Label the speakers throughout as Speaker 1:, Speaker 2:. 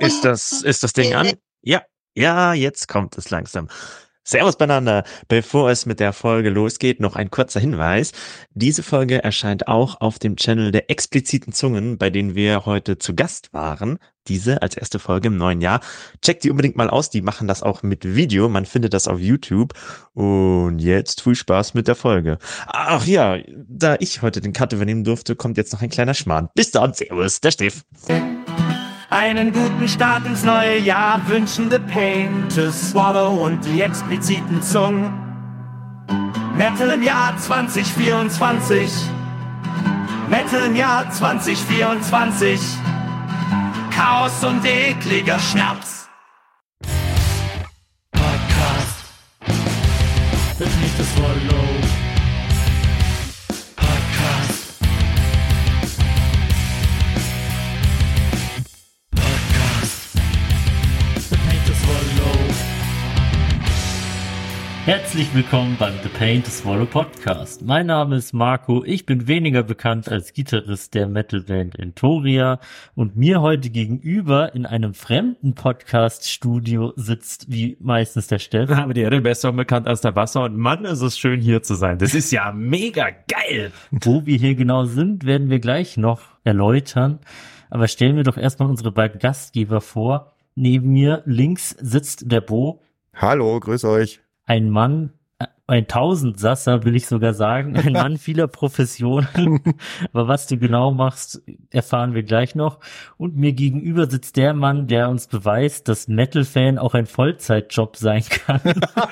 Speaker 1: Ist das, ist das Ding an? Ja, ja, jetzt kommt es langsam. Servus beieinander. Bevor es mit der Folge losgeht, noch ein kurzer Hinweis. Diese Folge erscheint auch auf dem Channel der expliziten Zungen, bei denen wir heute zu Gast waren. Diese als erste Folge im neuen Jahr. Checkt die unbedingt mal aus. Die machen das auch mit Video. Man findet das auf YouTube. Und jetzt viel Spaß mit der Folge. Ach ja, da ich heute den Cut übernehmen durfte, kommt jetzt noch ein kleiner Schmarrn. Bis dann. Servus. Der Steff.
Speaker 2: Einen guten Start ins neue Jahr wünschen The Pain to Swallow und die expliziten Zungen. Metal im Jahr 2024. Metal im Jahr 2024. Chaos und ekliger Schnaps.
Speaker 3: Podcast ist nicht das Follow. Podcast. Podcast ist nicht das Follow.
Speaker 4: Herzlich willkommen beim The Pain to Swallow Podcast. Mein Name ist Marco, ich bin weniger bekannt als Gitarrist der Metalband Entoria und mir heute gegenüber in einem fremden Podcast-Studio sitzt, wie meistens der Steff,
Speaker 5: Aber die Erde besser bekannt als der Wasser und Mann, ist es schön hier zu sein. Das ist ja mega geil.
Speaker 4: Wo wir hier genau sind, werden wir gleich noch erläutern. Aber stellen wir doch erstmal unsere beiden Gastgeber vor. Neben mir links sitzt der Bo,
Speaker 6: Hallo, grüß euch.
Speaker 4: ein Mann, äh, ein Tausendsasser, will ich sogar sagen, ein Mann vieler Professionen. Aber was du genau machst, erfahren wir gleich noch. Und mir gegenüber sitzt der Mann, der uns beweist, dass Metal-Fan auch ein Vollzeitjob sein kann.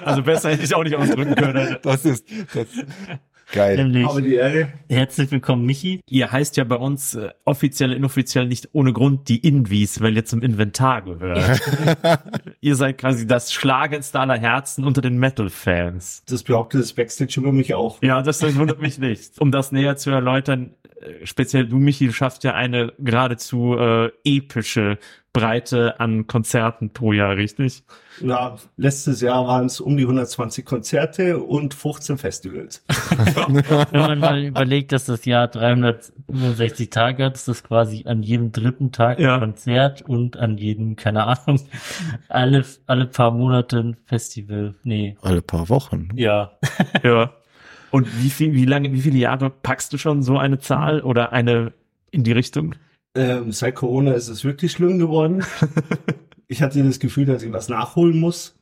Speaker 5: Also besser hätte ich auch nicht ausdrücken können.
Speaker 6: Das ist das geil.
Speaker 4: Nämlich, herzlich willkommen, Michi.
Speaker 5: Ihr heißt ja bei uns äh, offiziell, inoffiziell nicht ohne Grund die Invis, weil ihr zum Inventar gehört. ihr seid quasi das Schlagen aller Herzen unter den Metal-Fans.
Speaker 7: Das behauptet das Backstage über mich auch.
Speaker 5: Ja, das wundert mich nicht. Um das näher zu erläutern, äh, speziell du, Michi, du schaffst ja eine geradezu äh, epische Breite an Konzerten pro Jahr, richtig?
Speaker 7: Ja, letztes Jahr waren es um die 120 Konzerte und 15 Festivals.
Speaker 4: Wenn man mal überlegt, dass das Jahr 365 Tage hat, ist das quasi an jedem dritten Tag
Speaker 5: Ja.
Speaker 4: ein Konzert und an jedem, keine Ahnung, alle, alle paar Monate ein Festival. Nee.
Speaker 6: Alle paar Wochen.
Speaker 4: Ja.
Speaker 5: Ja. Und wie viel, wie lange, wie viele Jahre packst du schon so eine Zahl oder eine in die Richtung?
Speaker 7: Ähm, seit Corona ist es wirklich schlimm geworden. Ich hatte das Gefühl, dass ich was nachholen muss.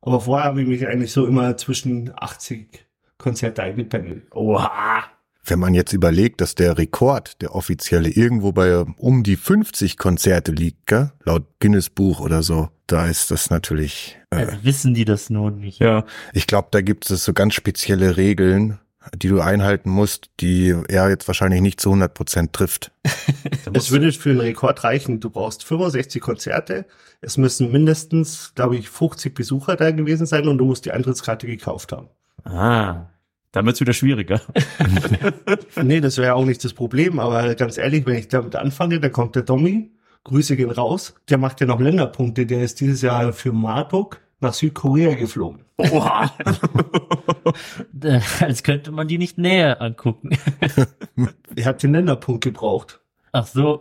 Speaker 7: Aber vorher habe ich mich eigentlich so immer zwischen 80 Konzerte eingependelt.
Speaker 5: Oha.
Speaker 6: Wenn man jetzt überlegt, dass der Rekord, der offizielle, irgendwo bei um die 50 Konzerte liegt, gell? laut Guinness Buch oder so, da ist das natürlich. Äh,
Speaker 4: Also wissen die das nun nicht.
Speaker 5: Ja.
Speaker 6: ich glaube, da gibt es so ganz spezielle Regeln, die du einhalten musst, die er jetzt wahrscheinlich nicht zu 100 Prozent trifft.
Speaker 7: Es würde für einen Rekord reichen. Du brauchst 65 Konzerte. Es müssen mindestens, glaube ich, 50 Besucher da gewesen sein und du musst die Eintrittskarte gekauft haben.
Speaker 5: Ah. Dann wird's wieder schwieriger.
Speaker 7: Nee, das wäre ja auch nicht das Problem, aber ganz ehrlich, wenn ich damit anfange, dann kommt der Tommy, Grüße gehen raus, der macht ja noch Länderpunkte, der ist dieses Jahr für Marduk nach Südkorea geflogen.
Speaker 5: Oha.
Speaker 4: Äh, Als könnte man die nicht näher angucken.
Speaker 7: Er hat den Länderpunkt gebraucht,
Speaker 4: Ach so.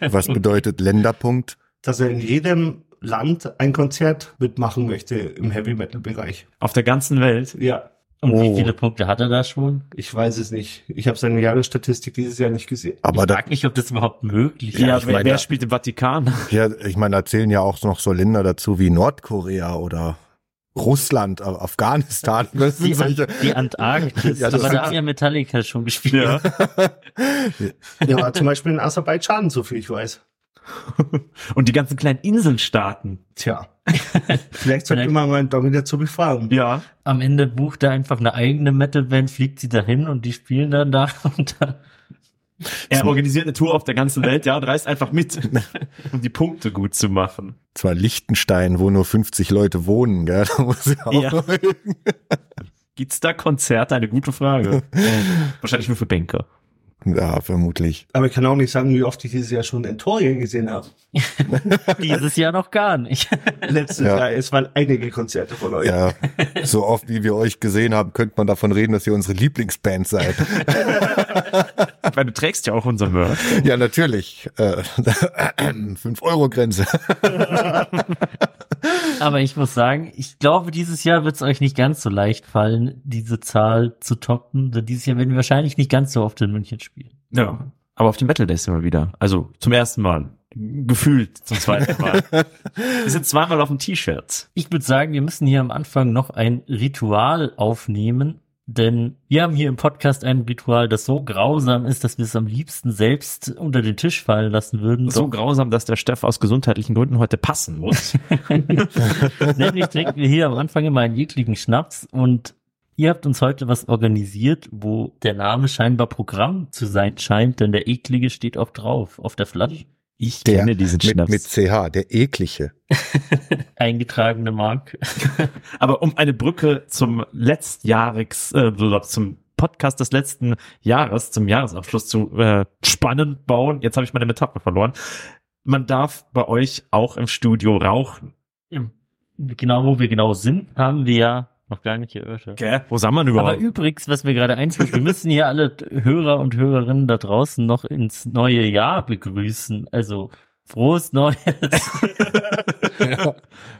Speaker 6: Was bedeutet Länderpunkt?
Speaker 7: dass er in jedem Land ein Konzert mitmachen möchte im Heavy Metal Bereich.
Speaker 5: Auf der ganzen Welt.
Speaker 7: Ja,
Speaker 4: Und
Speaker 5: Oh.
Speaker 4: wie viele Punkte hat er da schon?
Speaker 7: ich weiß es nicht. Ich habe seine Jahresstatistik dieses Jahr nicht gesehen.
Speaker 6: Aber
Speaker 4: ich
Speaker 6: da,
Speaker 4: frag mich, ob das überhaupt möglich ist.
Speaker 5: Ja,
Speaker 6: ich
Speaker 5: wer,
Speaker 6: meine-
Speaker 5: wer spielt im Vatikan?
Speaker 6: ja, ich meine, da zählen ja auch noch so Länder dazu wie Nordkorea oder Russland, Af- Afghanistan. Das
Speaker 4: Die,
Speaker 6: sind solche,
Speaker 4: An die Antarktis.
Speaker 6: Ja, das
Speaker 4: Aber
Speaker 6: sind-
Speaker 4: da haben ja Metallica schon gespielt.
Speaker 7: Der war zum Beispiel in Aserbaidschan, so viel ich weiß.
Speaker 5: Und die ganzen kleinen Inselstaaten.
Speaker 7: Tja, vielleicht sollte man mal einen Tommy dazu befragen.
Speaker 5: Ja.
Speaker 4: Am Ende bucht er einfach eine eigene Metalband, fliegt sie dahin und die spielen dann da und dann
Speaker 5: Er organisiert eine Tour auf der ganzen Welt, ja, und reist einfach mit, um die Punkte gut zu machen.
Speaker 6: zwar Liechtenstein, wo nur 50 Leute wohnen, gell? Da muss ja auch
Speaker 5: Ja. Gibt's da Konzerte? Eine gute Frage. Wahrscheinlich nur für Banker.
Speaker 6: ja, vermutlich.
Speaker 7: Aber ich kann auch nicht sagen, wie oft ich dieses Jahr schon Entorien gesehen habe.
Speaker 4: dieses Jahr noch gar nicht.
Speaker 7: letztes
Speaker 6: Ja.
Speaker 7: Jahr. Es waren einige Konzerte von euch.
Speaker 6: Ja, so oft wie wir euch gesehen haben, könnte man davon reden, dass ihr unsere Lieblingsband seid.
Speaker 5: weil du trägst ja auch unser Merch.
Speaker 6: Ja, natürlich. Äh, 5-Euro-Grenze.
Speaker 4: Aber ich muss sagen, ich glaube, dieses Jahr wird es euch nicht ganz so leicht fallen, diese Zahl zu toppen. Denn Dieses Jahr werden wir wahrscheinlich nicht ganz so oft in München spielen.
Speaker 5: Ja. Aber auf dem Metal Days sind wir wieder. Also zum ersten Mal. Gefühlt zum zweiten Mal. wir sind zweimal auf dem T-Shirt.
Speaker 4: Ich würde sagen, wir müssen hier am Anfang noch ein Ritual aufnehmen. Denn wir haben hier im Podcast ein Ritual, das so grausam ist, dass wir es am liebsten selbst unter den Tisch fallen lassen würden.
Speaker 5: So grausam, dass der Steff aus gesundheitlichen Gründen heute passen muss.
Speaker 4: Nämlich trinken wir hier am Anfang immer einen jeglichen Schnaps und ihr habt uns heute was organisiert, wo der Name scheinbar Programm zu sein scheint, denn der eklige steht auch drauf, auf der Flasche.
Speaker 5: Ich
Speaker 6: Der
Speaker 5: kenne diesen
Speaker 6: mit,
Speaker 5: Schnaps.
Speaker 6: mit CH, der eklige.
Speaker 4: Eingetragene Marke.
Speaker 5: Aber um eine Brücke zum letztjährigs, äh, blub, zum Podcast des letzten Jahres, zum Jahresabschluss zu äh, spannend bauen, jetzt habe ich meine Metapher verloren. Man darf bei euch auch im Studio rauchen.
Speaker 4: Genau, wo wir genau sind, haben wir ja noch gar nicht erörtert.
Speaker 5: Gell? Wo sind wir denn
Speaker 4: Aber
Speaker 5: überhaupt?
Speaker 4: übrigens, was mir gerade einfällt, wir müssen hier alle Hörer und Hörerinnen da draußen noch ins neue Jahr begrüßen. Also frohes Neues.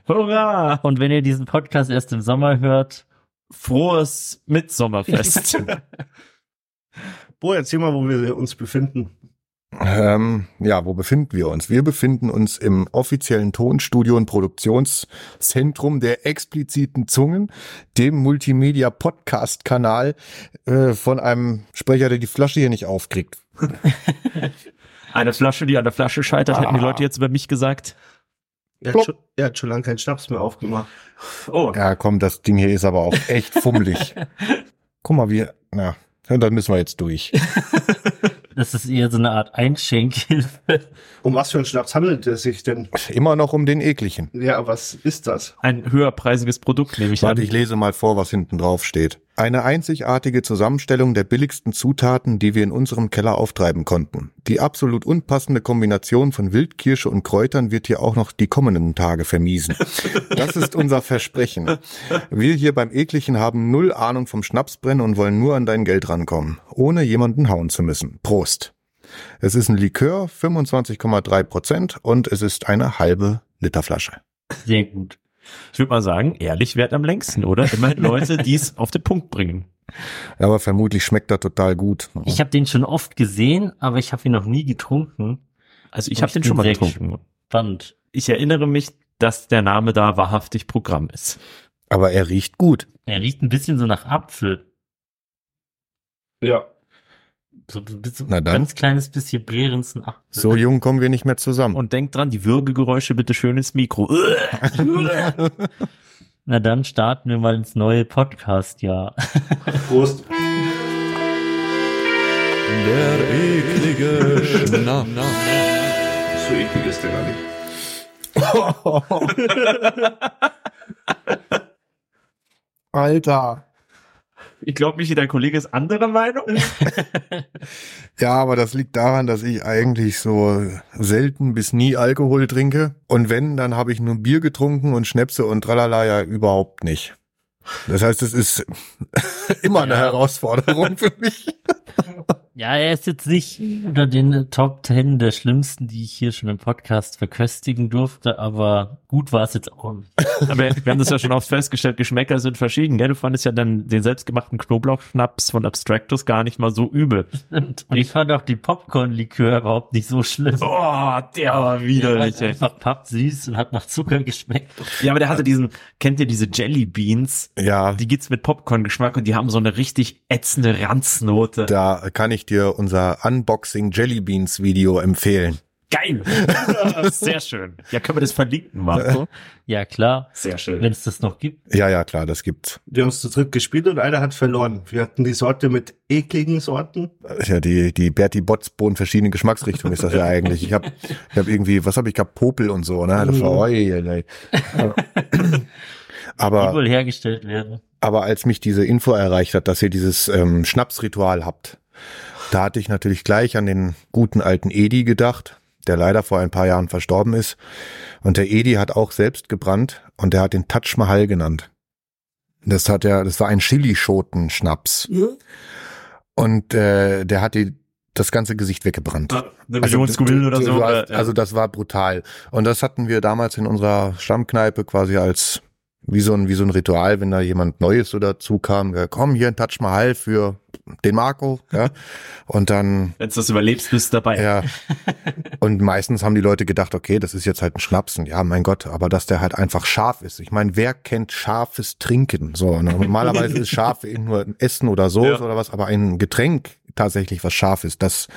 Speaker 5: Hurra!
Speaker 4: Und wenn ihr diesen Podcast erst im Sommer hört,
Speaker 5: Frohes Mitsommerfest.
Speaker 7: Boah, erzähl mal, wo wir uns befinden.
Speaker 6: Ähm, ja, wo befinden wir uns? Wir befinden uns im offiziellen Tonstudio und Produktionszentrum der expliziten Zungen, dem Multimedia-Podcast-Kanal äh, von einem Sprecher, der die Flasche hier nicht aufkriegt.
Speaker 5: Eine Flasche, die an der Flasche scheitert, hätten die Leute jetzt über mich gesagt.
Speaker 7: Er
Speaker 6: Plopp.
Speaker 7: hat, schon, er hat schon lange keinen Schnaps mehr aufgemacht.
Speaker 5: Oh,
Speaker 6: Ja, komm, das Ding hier ist aber auch echt fummelig. Guck mal, wir, na, dann müssen wir jetzt durch.
Speaker 4: das ist eher so eine Art Einschenkhilfe.
Speaker 7: Um was für einen Schnaps handelt es sich denn?
Speaker 6: Immer noch um den ekligen.
Speaker 7: Ja, was ist das?
Speaker 5: ein höherpreisiges Produkt nehme ich
Speaker 6: Warte,
Speaker 5: an.
Speaker 6: ich lese mal vor, was hinten drauf steht. Eine einzigartige Zusammenstellung der billigsten Zutaten, die wir in unserem Keller auftreiben konnten. Die absolut unpassende Kombination von Wildkirsche und Kräutern wird hier auch noch die kommenden Tage vermiesen. Das ist unser Versprechen. Wir hier beim Eklichen haben null Ahnung vom Schnapsbrennen und wollen nur an dein Geld rankommen, ohne jemanden hauen zu müssen. Prost. Es ist ein Likör, 25,3 Prozent und es ist eine halbe Literflasche.
Speaker 4: Sehr gut.
Speaker 5: Ich würde mal sagen, ehrlich wert am längsten, oder? Immerhin Leute, die es auf den Punkt bringen.
Speaker 6: Aber vermutlich schmeckt er total gut.
Speaker 4: Ich habe den schon oft gesehen, aber ich habe ihn noch nie getrunken.
Speaker 5: Also
Speaker 4: Und
Speaker 5: ich habe
Speaker 4: ich
Speaker 5: den
Speaker 4: bin
Speaker 5: schon mal
Speaker 4: sehr
Speaker 5: getrunken.
Speaker 4: Spannend.
Speaker 5: Ich erinnere mich, dass der Name da wahrhaftig Programm ist.
Speaker 6: Aber er riecht gut.
Speaker 4: Er riecht ein bisschen so nach Apfel.
Speaker 7: Ja.
Speaker 4: So ein bisschen,
Speaker 6: Na dann.
Speaker 4: ganz kleines bisschen Beerensen Apfel.
Speaker 6: So jung kommen wir nicht mehr zusammen.
Speaker 5: Und denkt dran, die Würgegeräusche bitte schön ins Mikro.
Speaker 4: Na dann starten wir mal ins neue Podcast-Jahr.
Speaker 7: Prost.
Speaker 8: Der eklige Schnaps.
Speaker 7: So eklig ist der gar nicht.
Speaker 6: Alter.
Speaker 5: Ich glaube, Michi, dein Kollege ist anderer Meinung.
Speaker 6: Ja, aber das liegt daran, dass ich eigentlich so selten bis nie Alkohol trinke. Und wenn, dann habe ich nur Bier getrunken und Schnäpse und tralala ja überhaupt nicht. Das heißt, es ist immer eine Herausforderung für mich.
Speaker 4: Ja, er ist jetzt nicht unter den Top 10 der schlimmsten, die ich hier schon im Podcast verköstigen durfte, aber gut war es jetzt auch nicht.
Speaker 5: Aber wir haben das ja schon oft festgestellt, Geschmäcker sind verschieden. Gell? Du fandest ja dann den selbstgemachten Knoblauchschnaps von Abstractus gar nicht mal so übel.
Speaker 4: Und ich fand auch die Popcorn-Likör überhaupt nicht so schlimm.
Speaker 5: Oh, der war
Speaker 4: Der war
Speaker 5: widerlich. ey.
Speaker 4: einfach pappsüß und hat nach Zucker geschmeckt.
Speaker 5: Ja, aber der hatte diesen, kennt ihr diese Jelly Beans?
Speaker 6: Ja,
Speaker 5: Die gibt's mit Popcorn-Geschmack und die haben so eine richtig ätzende Ranznote.
Speaker 6: da kann ich dir unser Unboxing Jelly Beans Video empfehlen.
Speaker 5: Geil. Sehr schön. Ja, können wir das verlinken, Marco?
Speaker 4: Ja, klar,
Speaker 5: Sehr
Speaker 4: wenn
Speaker 5: schön.
Speaker 4: es das noch gibt.
Speaker 6: Ja, ja, klar, das gibt's.
Speaker 7: Wir haben es zu dritt gespielt und einer hat verloren. Wir hatten die Sorte mit ekligen Sorten.
Speaker 6: Ja, die, die Bertie Botts Bohnen verschiedene Geschmacksrichtungen ist das ja eigentlich. Ich habe ich hab irgendwie, was habe ich gehabt? Popel und so, ne? Das war, oi, oi, oi.
Speaker 4: Die
Speaker 6: Aber,
Speaker 4: wohl hergestellt werden.
Speaker 6: aber als mich diese Info erreicht hat, dass ihr dieses ähm, Schnapsritual habt, da hatte ich natürlich gleich an den guten alten Edi gedacht, der leider vor ein paar Jahren verstorben ist. Und der Edi hat auch selbst gebrannt und der hat den Taj Mahal genannt. Das hat er, das war ein Chilischoten-Schnaps. Und äh, der hat die das ganze Gesicht weggebrannt.
Speaker 5: Ah,
Speaker 6: Also,
Speaker 5: Eine Million
Speaker 6: das-
Speaker 5: Scoville oder
Speaker 6: du-
Speaker 5: so.
Speaker 6: du
Speaker 5: oder,
Speaker 6: hast-
Speaker 5: ja.
Speaker 6: also das war brutal. Und das hatten wir damals in unserer Stammkneipe quasi als wie so ein wie so ein Ritual, wenn da jemand Neues so dazu kam, ja, komm hier ein Touch Mahal für den Marco, ja. Und dann
Speaker 5: Wenn du das überlebst, bist du dabei.
Speaker 6: ja. Und meistens haben die Leute gedacht, okay, das ist jetzt halt ein Schnapsen. Ja, mein Gott, aber dass der halt einfach scharf ist. Ich meine, wer kennt scharfes Trinken? So, ne? normalerweise ist scharf eben nur ein Essen oder Soße
Speaker 5: Ja.
Speaker 6: oder was, aber ein Getränk tatsächlich was scharf ist. Das,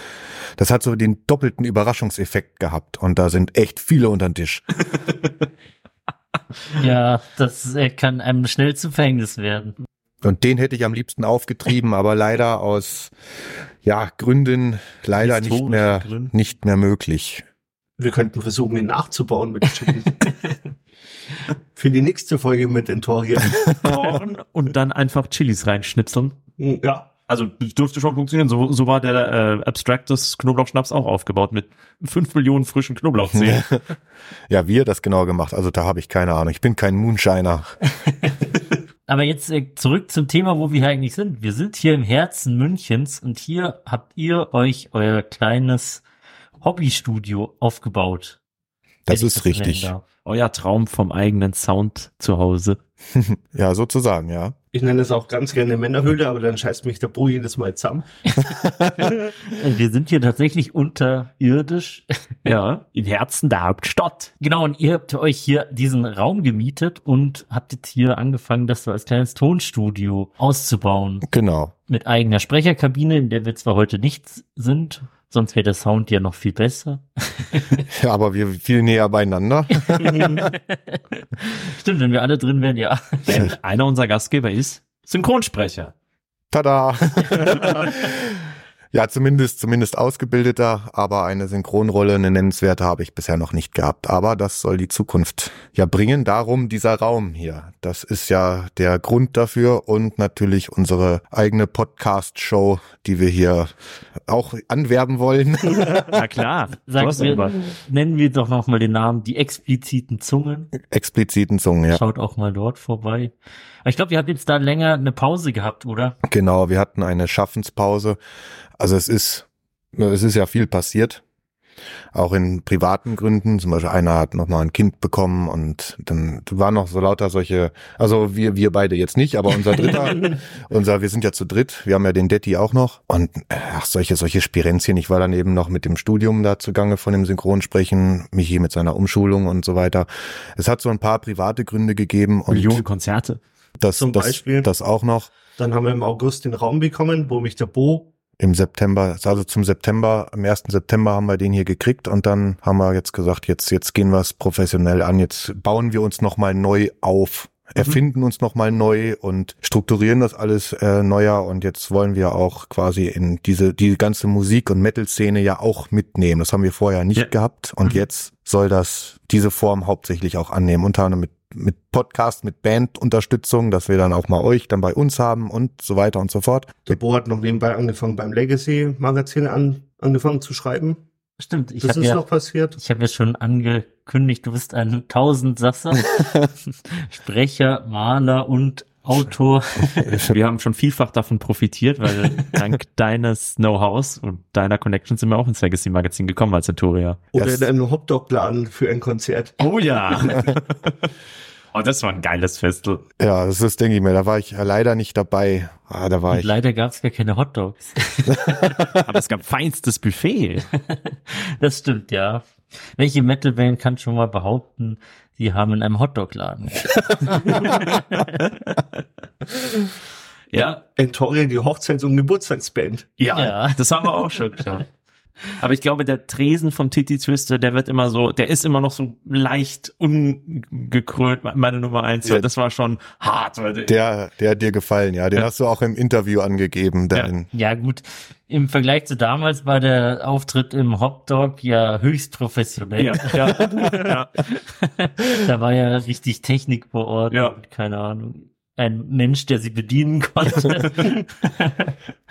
Speaker 6: das hat so den doppelten Überraschungseffekt gehabt. Und da sind echt viele unter den Tisch.
Speaker 4: Ja, das äh, kann einem schnell zu Verhängnis werden.
Speaker 6: Und den hätte ich am liebsten aufgetrieben, aber leider aus, ja, Gründen leider nicht
Speaker 5: Historischen
Speaker 6: mehr,
Speaker 5: Gründen.
Speaker 6: nicht mehr möglich.
Speaker 7: Wir könnten versuchen, ihn nachzubauen mit Chicken. Für die nächste Folge mit Entorien.
Speaker 5: Korn und dann einfach Chilis reinschnipseln.
Speaker 6: Hm,
Speaker 7: ja.
Speaker 5: Also das dürfte schon funktionieren. So, so war der äh, Abstractus Knoblauchschnaps auch aufgebaut mit fünf Millionen frischen Knoblauchzehen.
Speaker 6: Ja, wie er das genau gemacht, also da habe ich keine Ahnung. Ich bin kein Moonshiner.
Speaker 4: Aber jetzt äh, zurück zum Thema, wo wir hier eigentlich sind. Wir sind hier im Herzen Münchens und hier habt ihr euch euer kleines Hobbystudio aufgebaut.
Speaker 6: Das
Speaker 4: wenn ich
Speaker 6: ist richtig.
Speaker 4: nennen darf.
Speaker 5: Euer Traum vom eigenen Sound zu Hause.
Speaker 6: Ja, sozusagen, ja.
Speaker 7: Ich nenne das auch ganz gerne Männerhöhle, aber dann scheißt mich der Bo jedes Mal zusammen.
Speaker 4: Äh, Wir sind hier tatsächlich unterirdisch.
Speaker 5: Ja, im Herzen der Hauptstadt.
Speaker 4: Genau, und ihr habt euch hier diesen Raum gemietet und habt jetzt hier angefangen, das so als kleines Tonstudio auszubauen.
Speaker 6: Genau.
Speaker 4: Mit eigener Sprecherkabine, in der wir zwar heute nicht sind, sonst wäre der Sound ja noch viel besser.
Speaker 6: Ja, aber wir viel näher beieinander.
Speaker 4: Stimmt, wenn wir alle drin wären, ja.
Speaker 5: Denn einer unserer Gastgeber ist Synchronsprecher.
Speaker 6: Tada! ja, zumindest, zumindest ausgebildeter, aber eine Synchronrolle, eine nennenswerte habe ich bisher noch nicht gehabt. Aber das soll die Zukunft ja bringen. Darum dieser Raum hier. Das ist ja der Grund dafür und natürlich unsere eigene Podcast-Show, die wir hier auch anwerben wollen.
Speaker 5: Na klar.
Speaker 4: Sagen
Speaker 5: sowas aber.
Speaker 4: wir, nennen wir doch nochmal den Namen, die expliziten Zungen.
Speaker 6: Expliziten Zungen, ja.
Speaker 4: Schaut auch mal dort vorbei. Aber ich glaube, ihr habt jetzt da länger eine Pause gehabt, oder?
Speaker 6: Genau, wir hatten eine Schaffenspause. Also es ist, es ist ja viel passiert. Auch in privaten Gründen. Zum Beispiel einer hat nochmal ein Kind bekommen und dann waren noch so lauter solche, also wir, wir beide jetzt nicht, aber unser dritter, unser, wir sind ja zu dritt, wir haben ja den Detti auch noch. Und äh, ach, solche, solche Spirenzchen. Ich war dann eben noch mit dem Studium da zugange von dem Synchronsprechen, Michi mit seiner Umschulung und so weiter. Es hat so ein paar private Gründe gegeben und
Speaker 5: Millionen Konzerte.
Speaker 6: das,
Speaker 7: Zum
Speaker 6: das,
Speaker 7: Beispiel.
Speaker 6: das auch noch.
Speaker 7: Dann haben wir im August den Raum bekommen, wo mich der Bo
Speaker 6: im September, also zum September, am 1. September haben wir den hier gekriegt und dann haben wir jetzt gesagt, jetzt, jetzt gehen wir es professionell an, jetzt bauen wir uns nochmal neu auf,
Speaker 5: Mhm.
Speaker 6: erfinden uns nochmal neu und strukturieren das alles äh, neuer und jetzt wollen wir auch quasi in diese, die ganze Musik- und Metal-Szene ja auch mitnehmen. Das haben wir vorher nicht
Speaker 5: Ja.
Speaker 6: gehabt und
Speaker 5: Mhm.
Speaker 6: jetzt soll das diese Form hauptsächlich auch annehmen, unter anderem mit mit Podcast, mit Bandunterstützung, dass wir dann auch mal euch dann bei uns haben und so weiter und so fort.
Speaker 7: Der Bo hat noch nebenbei angefangen beim Legacy-Magazin an, angefangen zu schreiben.
Speaker 4: Stimmt, ich
Speaker 7: das
Speaker 4: habe
Speaker 7: ist
Speaker 4: ja,
Speaker 7: noch passiert.
Speaker 4: ich hab ja schon angekündigt, du bist ein Tausendsasser. Sprecher, Maler und Autor.
Speaker 5: Wir haben schon vielfach davon profitiert, weil dank deines Know-hows und deiner Connections sind wir auch ins Legacy-Magazin gekommen als Centuria.
Speaker 7: Oder
Speaker 6: Das-
Speaker 7: in einem Hotdog-Laden für ein Konzert.
Speaker 5: Oh ja. oh, das war ein geiles Festel.
Speaker 6: Ja, das ist, denke ich mir, da war ich ja leider nicht dabei. Ah, da war
Speaker 4: Und
Speaker 6: ich.
Speaker 4: leider gab es gar keine Hotdogs.
Speaker 5: Aber es gab feinstes Buffet.
Speaker 4: Das stimmt, ja. Welche Metalband kann schon mal behaupten, sie haben in einem Hotdog-Laden?
Speaker 5: Ja,
Speaker 7: Entoria, die Hochzeits- und Geburtstagsband.
Speaker 5: ja,
Speaker 4: Ja.
Speaker 5: das haben wir auch schon getan. Aber ich glaube, der Tresen vom Titi Twister, der wird immer so, der ist immer noch so leicht ungekrönt, meine Nummer eins.
Speaker 6: Ja.
Speaker 5: Das war schon hart. weil der-
Speaker 6: Der, der hat dir gefallen, ja. Den hast du auch im Interview angegeben. Dein,
Speaker 4: Ja, gut. Im Vergleich zu damals war der Auftritt im Hotdog ja höchst professionell.
Speaker 5: Ja, ja, ja.
Speaker 4: Da war ja richtig Technik vor Ort.
Speaker 5: Ja.
Speaker 4: Und keine Ahnung. Ein Mensch, der sie bedienen konnte.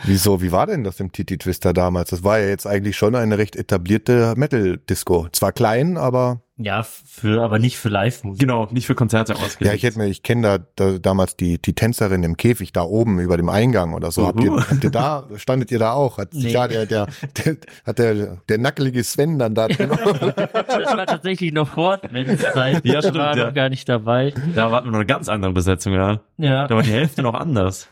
Speaker 6: Wieso? Wie war denn das im Titi Twister damals? Das war ja jetzt eigentlich schon eine recht etablierte Metal-Disco. Zwar klein, aber
Speaker 4: Ja, für, aber nicht für Live-Musik.
Speaker 5: Genau, nicht für Konzerte ausgelegt.
Speaker 6: Ja, ich hätte mir, ich kenne da, da damals die, die Tänzerin im Käfig da oben über dem Eingang oder so. Habt ihr,
Speaker 5: Uhu.
Speaker 6: habt ihr da, standet ihr da auch? Hat sich
Speaker 4: Nee.
Speaker 6: da der, der, der, hat der, der nackelige Sven dann da drin.
Speaker 4: Das war tatsächlich noch vor Adventszeit.
Speaker 5: Ja, stimmt,
Speaker 4: Ich war
Speaker 5: ja.
Speaker 4: noch gar nicht dabei.
Speaker 5: Da hatten wir noch eine ganz andere Besetzung, ja.
Speaker 4: Ja.
Speaker 5: Da war die Hälfte noch anders.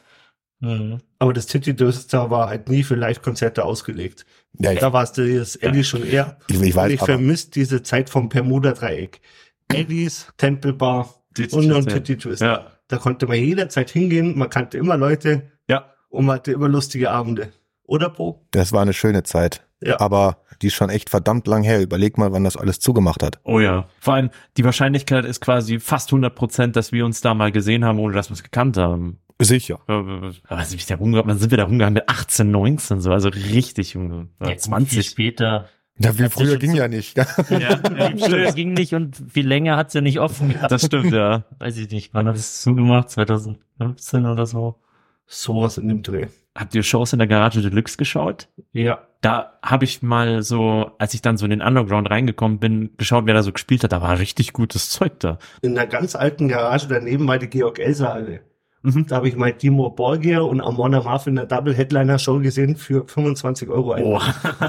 Speaker 4: Mhm.
Speaker 7: Aber das Titty-Döster war halt nie für Live-Konzerte ausgelegt.
Speaker 6: ja, ich,
Speaker 7: Da war es das Eddie schon eher.
Speaker 6: ich, ich
Speaker 7: Und
Speaker 6: weiß,
Speaker 7: ich
Speaker 6: aber,
Speaker 7: vermisse diese Zeit vom Bermuda-Dreieck. Eddies, Tempelbar
Speaker 5: Titty
Speaker 7: und noch ein
Speaker 5: Twister.
Speaker 7: Titty-Twister.
Speaker 5: Ja.
Speaker 7: Da konnte man jederzeit hingehen, man kannte immer Leute
Speaker 5: Ja.
Speaker 7: und man hatte immer lustige Abende. Oder Po?
Speaker 6: das war eine schöne Zeit.
Speaker 7: Ja.
Speaker 6: Aber die ist schon echt verdammt lang her. Überleg mal, wann das alles zugemacht hat.
Speaker 5: Oh ja. Vor allem, die Wahrscheinlichkeit ist quasi fast 100 Prozent, dass wir uns da mal gesehen haben, ohne dass wir es gekannt haben.
Speaker 6: Sicher.
Speaker 5: Äh, äh, Aber sind wir da rumgegangen? Wann sind wir da rumgegangen? Mit 18, 19, so, also richtig jung. Ja,
Speaker 4: Ja, Viel
Speaker 5: 20.
Speaker 4: später.
Speaker 6: Ja, viel
Speaker 4: Hat sich
Speaker 6: früher
Speaker 4: schon
Speaker 6: ging
Speaker 4: so-
Speaker 6: ja nicht.
Speaker 5: Ja, ja,
Speaker 4: Früher
Speaker 5: stimmt.
Speaker 4: ging nicht und viel länger hat's ja nicht offen gehabt.
Speaker 5: Das stimmt, ja.
Speaker 4: Weiß ich nicht, wann hat es zugemacht? 2015 oder so?
Speaker 7: Sowas in dem Dreh.
Speaker 5: Habt ihr Shows in der Garage Deluxe geschaut?
Speaker 7: Ja.
Speaker 5: Da habe ich mal so, als ich dann so in den Underground reingekommen bin, geschaut, wer da so gespielt hat. Da war richtig gutes Zeug da.
Speaker 7: In einer ganz alten Garage daneben war die Georg-Elser-Halle.
Speaker 5: Mhm.
Speaker 7: Da habe ich mal Timo Borgia und Amona Marv in der Double-Headliner-Show gesehen für 25 Euro.
Speaker 5: Oh.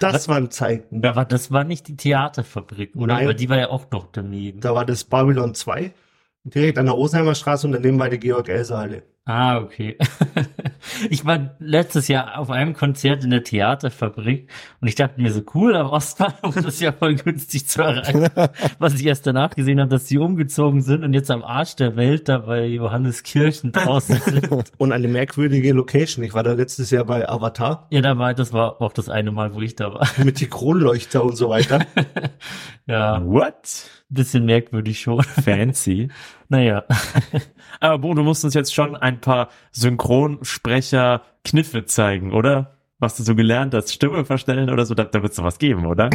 Speaker 7: Das waren Zeiten.
Speaker 4: Aber das war nicht die Theaterfabrik, oder?
Speaker 7: Nein.
Speaker 4: Aber die war ja auch noch daneben.
Speaker 7: Da war das Babylon 2, direkt an der Osheimer Straße und daneben war die Georg-Elser-Halle.
Speaker 4: Ah, okay. Ich war letztes Jahr auf einem Konzert in der Theaterfabrik und ich dachte mir so, cool, am Ostbahnhof das ist ja voll günstig zu erreichen. Was ich erst danach gesehen habe, dass sie umgezogen sind und jetzt am Arsch der Welt da bei Johanneskirchen draußen sind.
Speaker 7: Und eine merkwürdige Location. Ich war da letztes Jahr bei Avatar
Speaker 4: Ja, da war, das war auch das eine Mal, wo ich da war.
Speaker 7: mit die Kronleuchter und so weiter.
Speaker 5: Ah.
Speaker 4: Ja,
Speaker 5: What?
Speaker 4: bisschen merkwürdig schon.
Speaker 5: Fancy.
Speaker 4: Naja,
Speaker 5: Aber Bo, du musst uns jetzt schon ein paar Synchronsprecher-Kniffe zeigen, oder? Was du so gelernt hast, Stimme verstellen oder so, da, da wird es doch was geben, oder?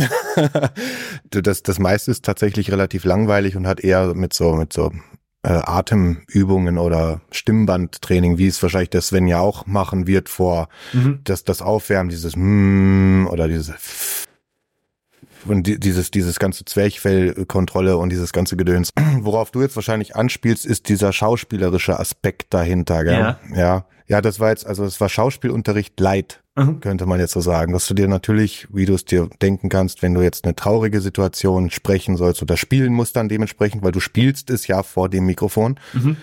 Speaker 6: Du, das, das meiste ist tatsächlich relativ langweilig und hat eher mit so, mit so äh, Atemübungen oder Stimmbandtraining, wie es wahrscheinlich der Sven ja auch machen wird, vor das, das Aufwärmen, dieses mm oder dieses und die, dieses, dieses ganze Zwerchfellkontrolle und dieses ganze Gedöns. Worauf du jetzt wahrscheinlich anspielst, ist dieser schauspielerische Aspekt dahinter, gell?
Speaker 5: Ja.
Speaker 6: Ja, ja das war jetzt, also es war Schauspielunterricht light
Speaker 5: Mhm.
Speaker 6: könnte man jetzt so sagen, dass du dir natürlich, wie du es dir denken kannst, wenn du jetzt eine traurige Situation sprechen sollst oder spielen musst dann dementsprechend, weil du spielst es ja vor dem Mikrofon,
Speaker 5: Mhm.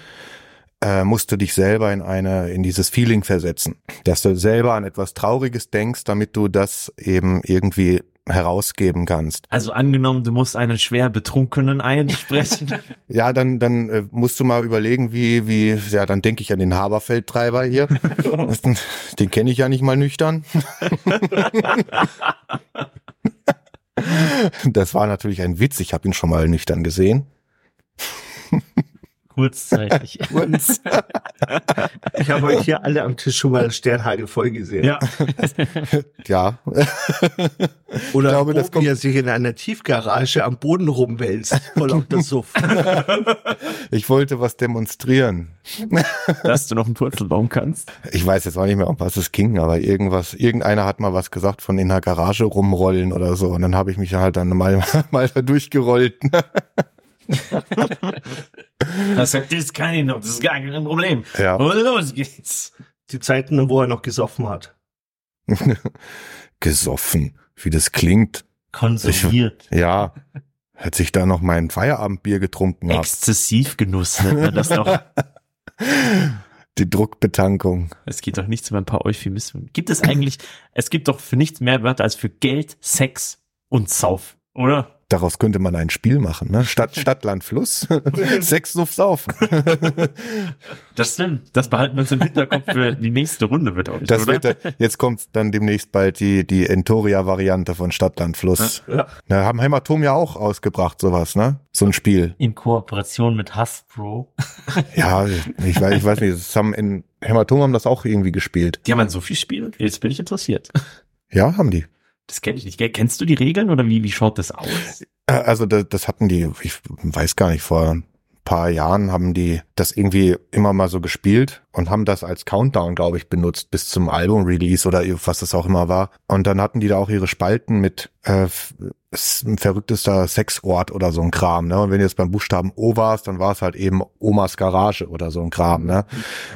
Speaker 6: äh, musst du dich selber in eine, in dieses Feeling versetzen, dass du selber an etwas Trauriges denkst, damit du das eben irgendwie herausgeben kannst.
Speaker 5: Also angenommen, du musst einen schwer Betrunkenen einsprechen.
Speaker 6: Ja, dann, dann äh, musst du mal überlegen, wie, wie, ja, dann denke ich an den Haberfeldtreiber hier. den kenne ich ja nicht mal nüchtern. das war natürlich ein Witz, ich habe ihn schon mal nüchtern gesehen.
Speaker 4: kurzzeitig.
Speaker 7: Ich habe euch hier alle am Tisch schon mal Sternhagel voll gesehen.
Speaker 5: Ja.
Speaker 6: Ja.
Speaker 7: Oder
Speaker 6: Ich glaube, das
Speaker 7: das kommt
Speaker 6: kommt-
Speaker 7: ihr sich in einer Tiefgarage am Boden rumwälzt, voll auf das Suff.
Speaker 6: Ich wollte was demonstrieren.
Speaker 5: dass du noch einen Purzelbaum kannst.
Speaker 6: Ich weiß jetzt auch nicht mehr, um was es ging, aber irgendwas, irgendeiner hat mal was gesagt von in der Garage rumrollen oder so. Und dann habe ich mich halt dann mal, mal da durchgerollt.
Speaker 5: Das, das kann ich noch, das ist gar kein Problem.
Speaker 6: Ja.
Speaker 5: Und los geht's.
Speaker 7: Die Zeiten, wo er noch gesoffen hat.
Speaker 6: Gesoffen, wie das klingt.
Speaker 4: Konsumiert.
Speaker 6: Ja, als ich da noch mein Feierabendbier getrunken habe.
Speaker 5: Exzessivgenuss nennt man ne? das doch.
Speaker 6: Die Druckbetankung.
Speaker 5: Es geht doch nichts über ein paar Euphemismen. Gibt es eigentlich, es gibt doch für nichts mehr Wörter als für Geld, Sex und Sauf, oder?
Speaker 6: Daraus könnte man ein Spiel machen, ne? Stadt, Stadt, Land, Fluss. Sex, Suff, Sauf.
Speaker 5: Das stimmt. Das behalten wir uns im Hinterkopf für die nächste Runde, wird euch,
Speaker 6: Das
Speaker 5: oder?
Speaker 7: ne?
Speaker 6: wird, dann- jetzt kommt dann demnächst bald die, die Entoria-Variante von Stadt, Land, Fluss.
Speaker 7: Ja.
Speaker 6: Na, haben Hämatom ja auch ausgebracht, sowas, ne? So ein Spiel.
Speaker 4: In Kooperation mit Hasbro.
Speaker 6: Ja, ich weiß, ich weiß nicht, das haben in Hämatom haben das auch irgendwie gespielt.
Speaker 5: Die haben ein Sophie-Spiel? Jetzt bin ich interessiert.
Speaker 6: Ja, haben die.
Speaker 5: Das kenne ich nicht. Gell? Kennst du die Regeln oder wie, wie schaut das aus?
Speaker 6: Äh, Also das, das hatten die, ich weiß gar nicht, vor ein paar Jahren haben die das irgendwie immer mal so gespielt und haben das als Countdown, glaube ich, benutzt bis zum Album-Release oder was das auch immer war. Und dann hatten die da auch ihre Spalten mit äh, f- ist ein verrücktester Sexort oder so ein Kram. Ne? Und wenn du jetzt beim Buchstaben O warst, dann war es halt eben Omas Garage oder so ein Kram. Ne?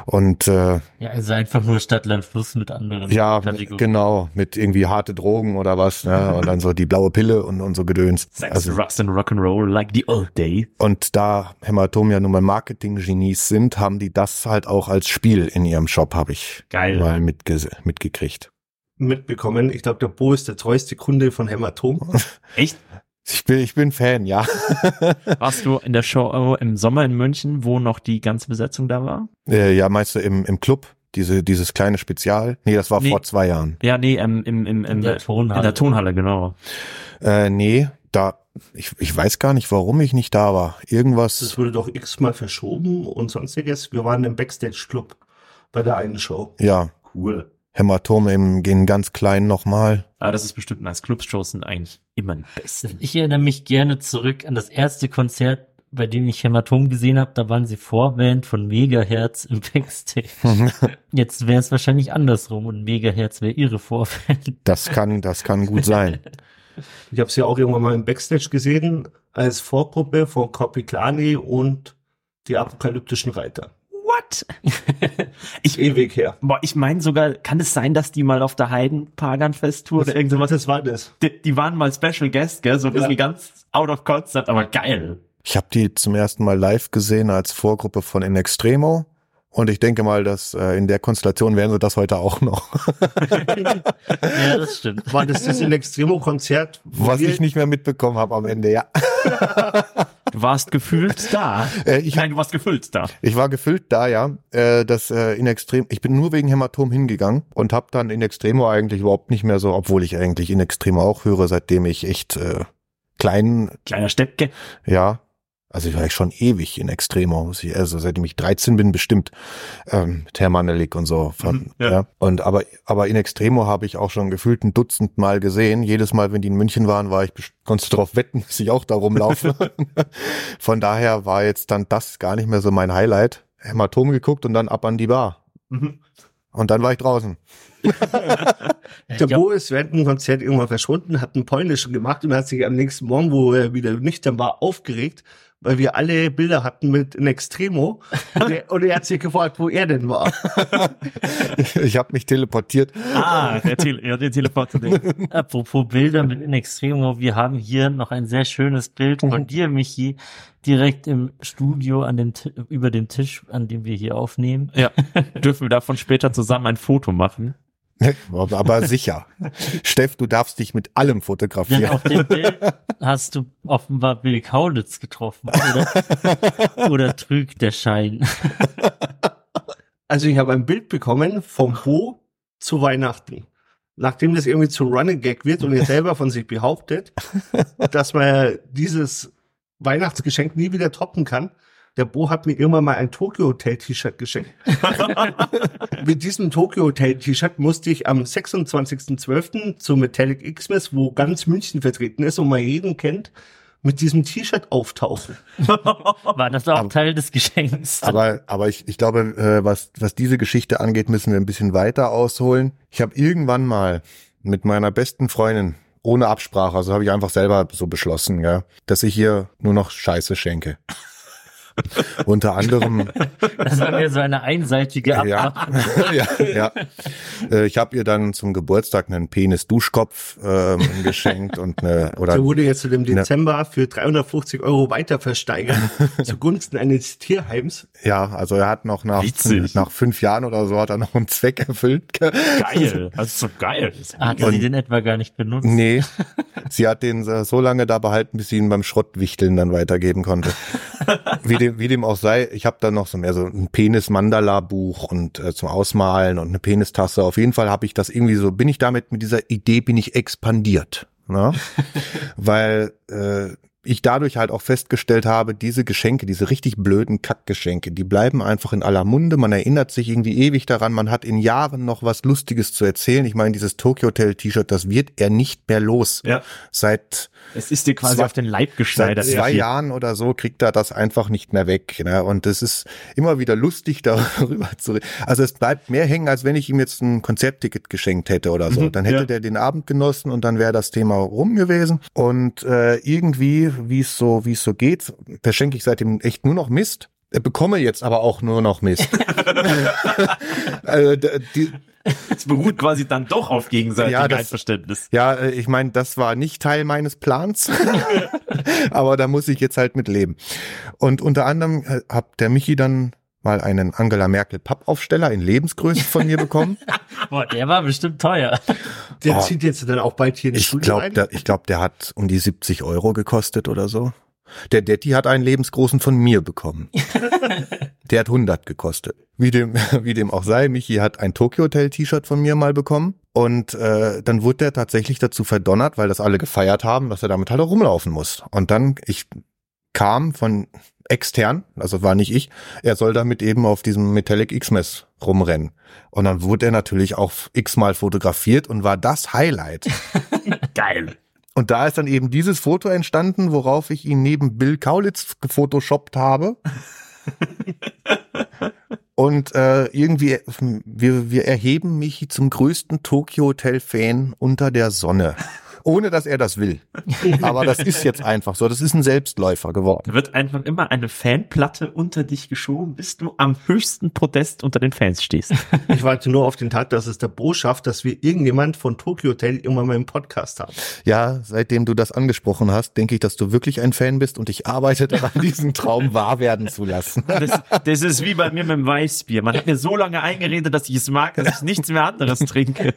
Speaker 6: Und äh,
Speaker 4: Ja, also einfach nur Stadt, Land, Fluss mit anderen
Speaker 6: ja,
Speaker 4: Kategorien.
Speaker 6: genau, mit irgendwie harte Drogen oder was. Ne? Und dann so die blaue Pille und, und so Gedöns.
Speaker 5: Sex,
Speaker 6: Also,
Speaker 5: Rust and Rock'n'Roll like the old days.
Speaker 6: und da Hämatom ja nun mal Marketing-Genies sind, haben die das halt auch als Spiel in ihrem Shop, habe ich
Speaker 5: Geil.
Speaker 6: mal mitge mitgekriegt.
Speaker 7: mitbekommen. Ich glaube, der Bo ist der treueste Kunde von Hämatom.
Speaker 5: Echt?
Speaker 6: Ich bin, ich bin Fan, ja.
Speaker 5: Warst du in der Show im Sommer in München, wo noch die ganze Besetzung da war?
Speaker 6: Äh, ja, meinst du im, im Club? Diese, dieses kleine Spezial? Nee, das war
Speaker 5: Nee.
Speaker 6: vor zwei Jahren.
Speaker 5: Ja, nee, ähm, im, im, im,
Speaker 4: In der Tonhalle.
Speaker 5: in der Tonhalle, genau.
Speaker 6: Äh, nee, da, ich, ich weiß gar nicht, warum ich nicht da war. Irgendwas,
Speaker 7: Das wurde doch x-mal verschoben und sonstiges. Wir waren im Backstage-Club bei der einen Show.
Speaker 6: ja,
Speaker 7: Cool.
Speaker 6: Hämatom im, in ganz klein nochmal.
Speaker 5: Aber Ah, das ist bestimmt nice. Clubshows sind eigentlich immer ein besten.
Speaker 4: Ich erinnere mich gerne zurück an das erste Konzert, bei dem ich Hämatom gesehen habe. Da waren sie Vorband von Megahertz im Backstage. Jetzt wäre es wahrscheinlich andersrum und Megahertz wäre ihre Vorband.
Speaker 6: Das kann, das kann gut sein.
Speaker 7: Ich habe sie auch irgendwann mal im Backstage gesehen, als Vorgruppe von Kopiklani und die apokalyptischen Reiter.
Speaker 5: What? ich,
Speaker 7: Ewig her.
Speaker 5: boah, ich meine sogar, kann es sein, dass die mal auf der Heiden-Pagan-Fest-Tour oder irgend sowas
Speaker 7: Was war das?
Speaker 5: die, die waren mal Special Guest, gell? So ein bisschen
Speaker 7: Ja.
Speaker 5: ganz out of concept, aber geil.
Speaker 6: Ich habe die zum ersten Mal live gesehen als Vorgruppe von In Extremo. Und ich denke mal, dass äh, in der Konstellation werden sie das heute auch noch.
Speaker 4: ja, das stimmt.
Speaker 7: War das das in Extremo-Konzert? wo
Speaker 6: Was
Speaker 7: wir-
Speaker 6: ich nicht mehr mitbekommen habe am Ende, ja.
Speaker 5: Du warst gefühlt da.
Speaker 6: Äh, ich,
Speaker 5: Nein, du warst gefühlt da.
Speaker 6: ich war gefüllt da, ja. Äh, das äh, in Extrem. Ich bin nur wegen Hämatom hingegangen und habe dann in Extremo eigentlich überhaupt nicht mehr so, obwohl ich eigentlich in Extremo auch höre, seitdem ich echt äh, klein
Speaker 5: Kleiner Steppke.
Speaker 6: Ja. Also ich war schon ewig in Extremo, muss ich- also seitdem ich 13 bin, bestimmt. Ähm, mit Hermanelik und so. Von,
Speaker 5: Mhm, ja.
Speaker 6: ja. Und aber, aber in Extremo habe ich auch schon gefühlt ein Dutzend Mal gesehen. Jedes Mal, wenn die in München waren, war ich best- konntest du drauf wetten, dass ich auch da rumlaufe. von daher war jetzt dann das gar nicht mehr so mein Highlight. Hämatom geguckt und dann ab an die Bar.
Speaker 5: Mhm.
Speaker 6: Und dann war ich draußen.
Speaker 7: Der
Speaker 4: Ja.
Speaker 7: Bo ist während dem Konzert irgendwann verschwunden, hat einen polnischen gemacht und hat sich am nächsten Morgen, wo er wieder nüchtern war, aufgeregt, weil wir alle Bilder hatten mit in Extremo. Und er, und er hat sich gefragt, wo er denn war.
Speaker 6: ich habe mich teleportiert.
Speaker 5: Ah, der, Tele ja, der Teleporter.
Speaker 4: Apropos Bilder mit In Extremo, wir haben hier noch ein sehr schönes Bild von dir, Michi, direkt im Studio an dem Ti- über dem Tisch, an dem wir hier aufnehmen.
Speaker 5: Ja, dürfen wir davon später zusammen ein Foto machen?
Speaker 6: Aber sicher. Steff, du darfst dich mit allem
Speaker 4: Denn
Speaker 6: fotografieren.
Speaker 4: auf dem Bild hast du offenbar Bill Kaulitz getroffen, oder? oder trügt der Schein?
Speaker 7: Also ich habe ein Bild bekommen vom Bo zu Weihnachten. Nachdem das irgendwie zum Running Gag wird und er selber von sich behauptet, dass man dieses Weihnachtsgeschenk nie wieder toppen kann. Der Bo hat mir immer mal ein Tokyo Hotel T-Shirt geschenkt. Mit diesem Tokyo Hotel T-Shirt musste ich am 26.12. zu Metallic Xmas, wo ganz München vertreten ist und man jeden kennt, mit diesem T-Shirt auftauchen.
Speaker 4: War das auch Teil des Geschenks?
Speaker 6: Aber, aber ich, ich glaube, äh, was, was diese Geschichte angeht, müssen wir ein bisschen weiter ausholen. Ich habe irgendwann mal mit meiner besten Freundin, ohne Absprache, also habe ich einfach selber so beschlossen, ja, dass ich ihr nur noch Scheiße schenke. Unter anderem
Speaker 4: Das war mir so eine einseitige Abmachung.
Speaker 6: ja. ja, ja. Äh, Ich habe ihr dann zum Geburtstag einen Penis-Duschkopf ähm, geschenkt und eine oder
Speaker 7: Der wurde jetzt zu dem
Speaker 6: Ja.
Speaker 7: Dezember für 350 Euro weiter versteigert, zugunsten eines Tierheims.
Speaker 6: ja, also er hat noch nach,
Speaker 5: Witzig.
Speaker 6: nach fünf Jahren oder so hat er noch einen Zweck erfüllt.
Speaker 5: Geil. Das ist so geil.
Speaker 4: Ah, Hat sie den etwa gar nicht benutzt?
Speaker 6: Nee, sie hat den äh, so lange da behalten, bis sie ihn beim Schrottwichteln dann weitergeben konnte. Wie dem, wie dem auch sei, ich habe dann noch so mehr so ein Penis-Mandala-Buch und äh, zum Ausmalen und eine Penistasse. Auf jeden Fall habe ich das irgendwie so, bin ich damit mit dieser Idee, bin ich expandiert. Ne? Weil äh, ich dadurch halt auch festgestellt habe, diese Geschenke, diese richtig blöden Kackgeschenke, die bleiben einfach in aller Munde. Man erinnert sich irgendwie ewig daran. Man hat in Jahren noch was Lustiges zu erzählen. Ich meine, dieses Tokyo Hotel T-Shirt, das wird er nicht mehr los.
Speaker 5: Ja.
Speaker 6: Seit
Speaker 5: Es ist dir quasi
Speaker 6: Zwei-
Speaker 5: auf den Leib
Speaker 6: seit
Speaker 5: geschneidert.
Speaker 6: zwei
Speaker 5: Ja.
Speaker 6: Jahren oder so kriegt er das einfach nicht mehr weg. Ne? Und es ist immer wieder lustig, darüber zu reden. Also es bleibt mehr hängen, als wenn ich ihm jetzt ein Konzertticket geschenkt hätte oder so.
Speaker 5: Mhm,
Speaker 6: dann hätte
Speaker 5: ja.
Speaker 6: der den Abend genossen und dann wäre das Thema rum gewesen. Und äh, irgendwie, wie es so, wie es so geht, verschenke ich seitdem echt nur noch Mist. Äh, Bekomme jetzt aber auch nur noch Mist. also, d- die,
Speaker 5: Es beruht quasi dann doch auf gegenseitigem
Speaker 6: Ja, das-
Speaker 5: Einverständnis.
Speaker 6: ja, äh, ich meine, das war nicht Teil meines Plans, aber da muss ich jetzt halt mit leben. Und unter anderem äh, hat der Michi dann mal einen Angela Merkel Pappaufsteller in Lebensgröße von mir bekommen.
Speaker 4: Boah, der war bestimmt teuer.
Speaker 7: Der
Speaker 6: Oh.
Speaker 7: zieht jetzt dann auch bald hier in die
Speaker 6: ich
Speaker 7: Schule
Speaker 6: glaube,
Speaker 7: ein.
Speaker 6: der, ich glaub, der hat um die 70 Euro gekostet oder so. Der Detti hat einen lebensgroßen von mir bekommen. Der hat 100 gekostet. Wie dem, wie dem auch sei, Michi hat ein Tokyo Hotel T-Shirt von mir mal bekommen. Und äh, dann wurde der tatsächlich dazu verdonnert, weil das alle gefeiert haben, dass er damit halt auch rumlaufen muss. Und dann, ich kam von extern, also war nicht ich, er soll damit eben auf diesem Metallic X-Mess rumrennen. Und dann wurde er natürlich auch x-mal fotografiert und war das Highlight.
Speaker 5: Geil.
Speaker 6: Und da ist dann eben dieses Foto entstanden, worauf ich ihn neben Bill Kaulitz gefotoshoppt habe. Und äh, irgendwie, wir, wir erheben mich zum größten Tokyo Hotel-Fan unter der Sonne. Ohne dass er das will. Aber das ist jetzt einfach so. Das ist ein Selbstläufer geworden.
Speaker 5: Da wird einfach immer eine Fanplatte unter dich geschoben, bis du am höchsten Podest unter den Fans stehst.
Speaker 7: Ich warte nur auf den Tag, dass es der Bo schafft, dass wir irgendjemand von Tokyo Hotel immer mal im Podcast haben.
Speaker 6: Ja, seitdem du das angesprochen hast, denke ich, dass du wirklich ein Fan bist und ich arbeite daran, diesen Traum wahr werden zu lassen.
Speaker 5: Das, das ist wie bei mir mit dem Weißbier. Man hat mir so lange eingeredet, dass ich es mag, dass ich nichts mehr anderes trinke.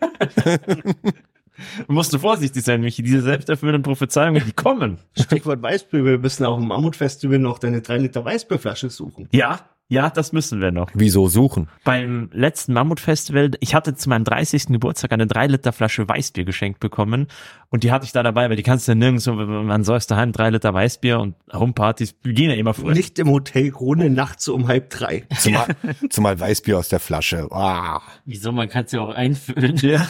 Speaker 5: Man musste vorsichtig sein, Michi. Diese selbsterfüllenden Prophezeiungen, die kommen.
Speaker 7: Stichwort Weißbier, wir müssen auch im Mammutfestival noch deine 3 Liter Weißbierflasche suchen.
Speaker 5: Ja, ja, das müssen wir noch.
Speaker 6: Wieso suchen?
Speaker 5: Beim letzten Mammutfestival, ich hatte zu meinem 30. Geburtstag eine 3-Liter Flasche Weißbier geschenkt bekommen. Und die hatte ich da dabei, weil die kannst du ja nirgends, so, man säuft daheim 3 Liter Weißbier und Homepartys gehen ja immer früher.
Speaker 7: Nicht im Hotel Krone nachts um halb drei.
Speaker 6: Zumal, zumal Weißbier aus der Flasche. Ah.
Speaker 4: Wieso? Man kann es ja auch einfüllen.
Speaker 5: Ja.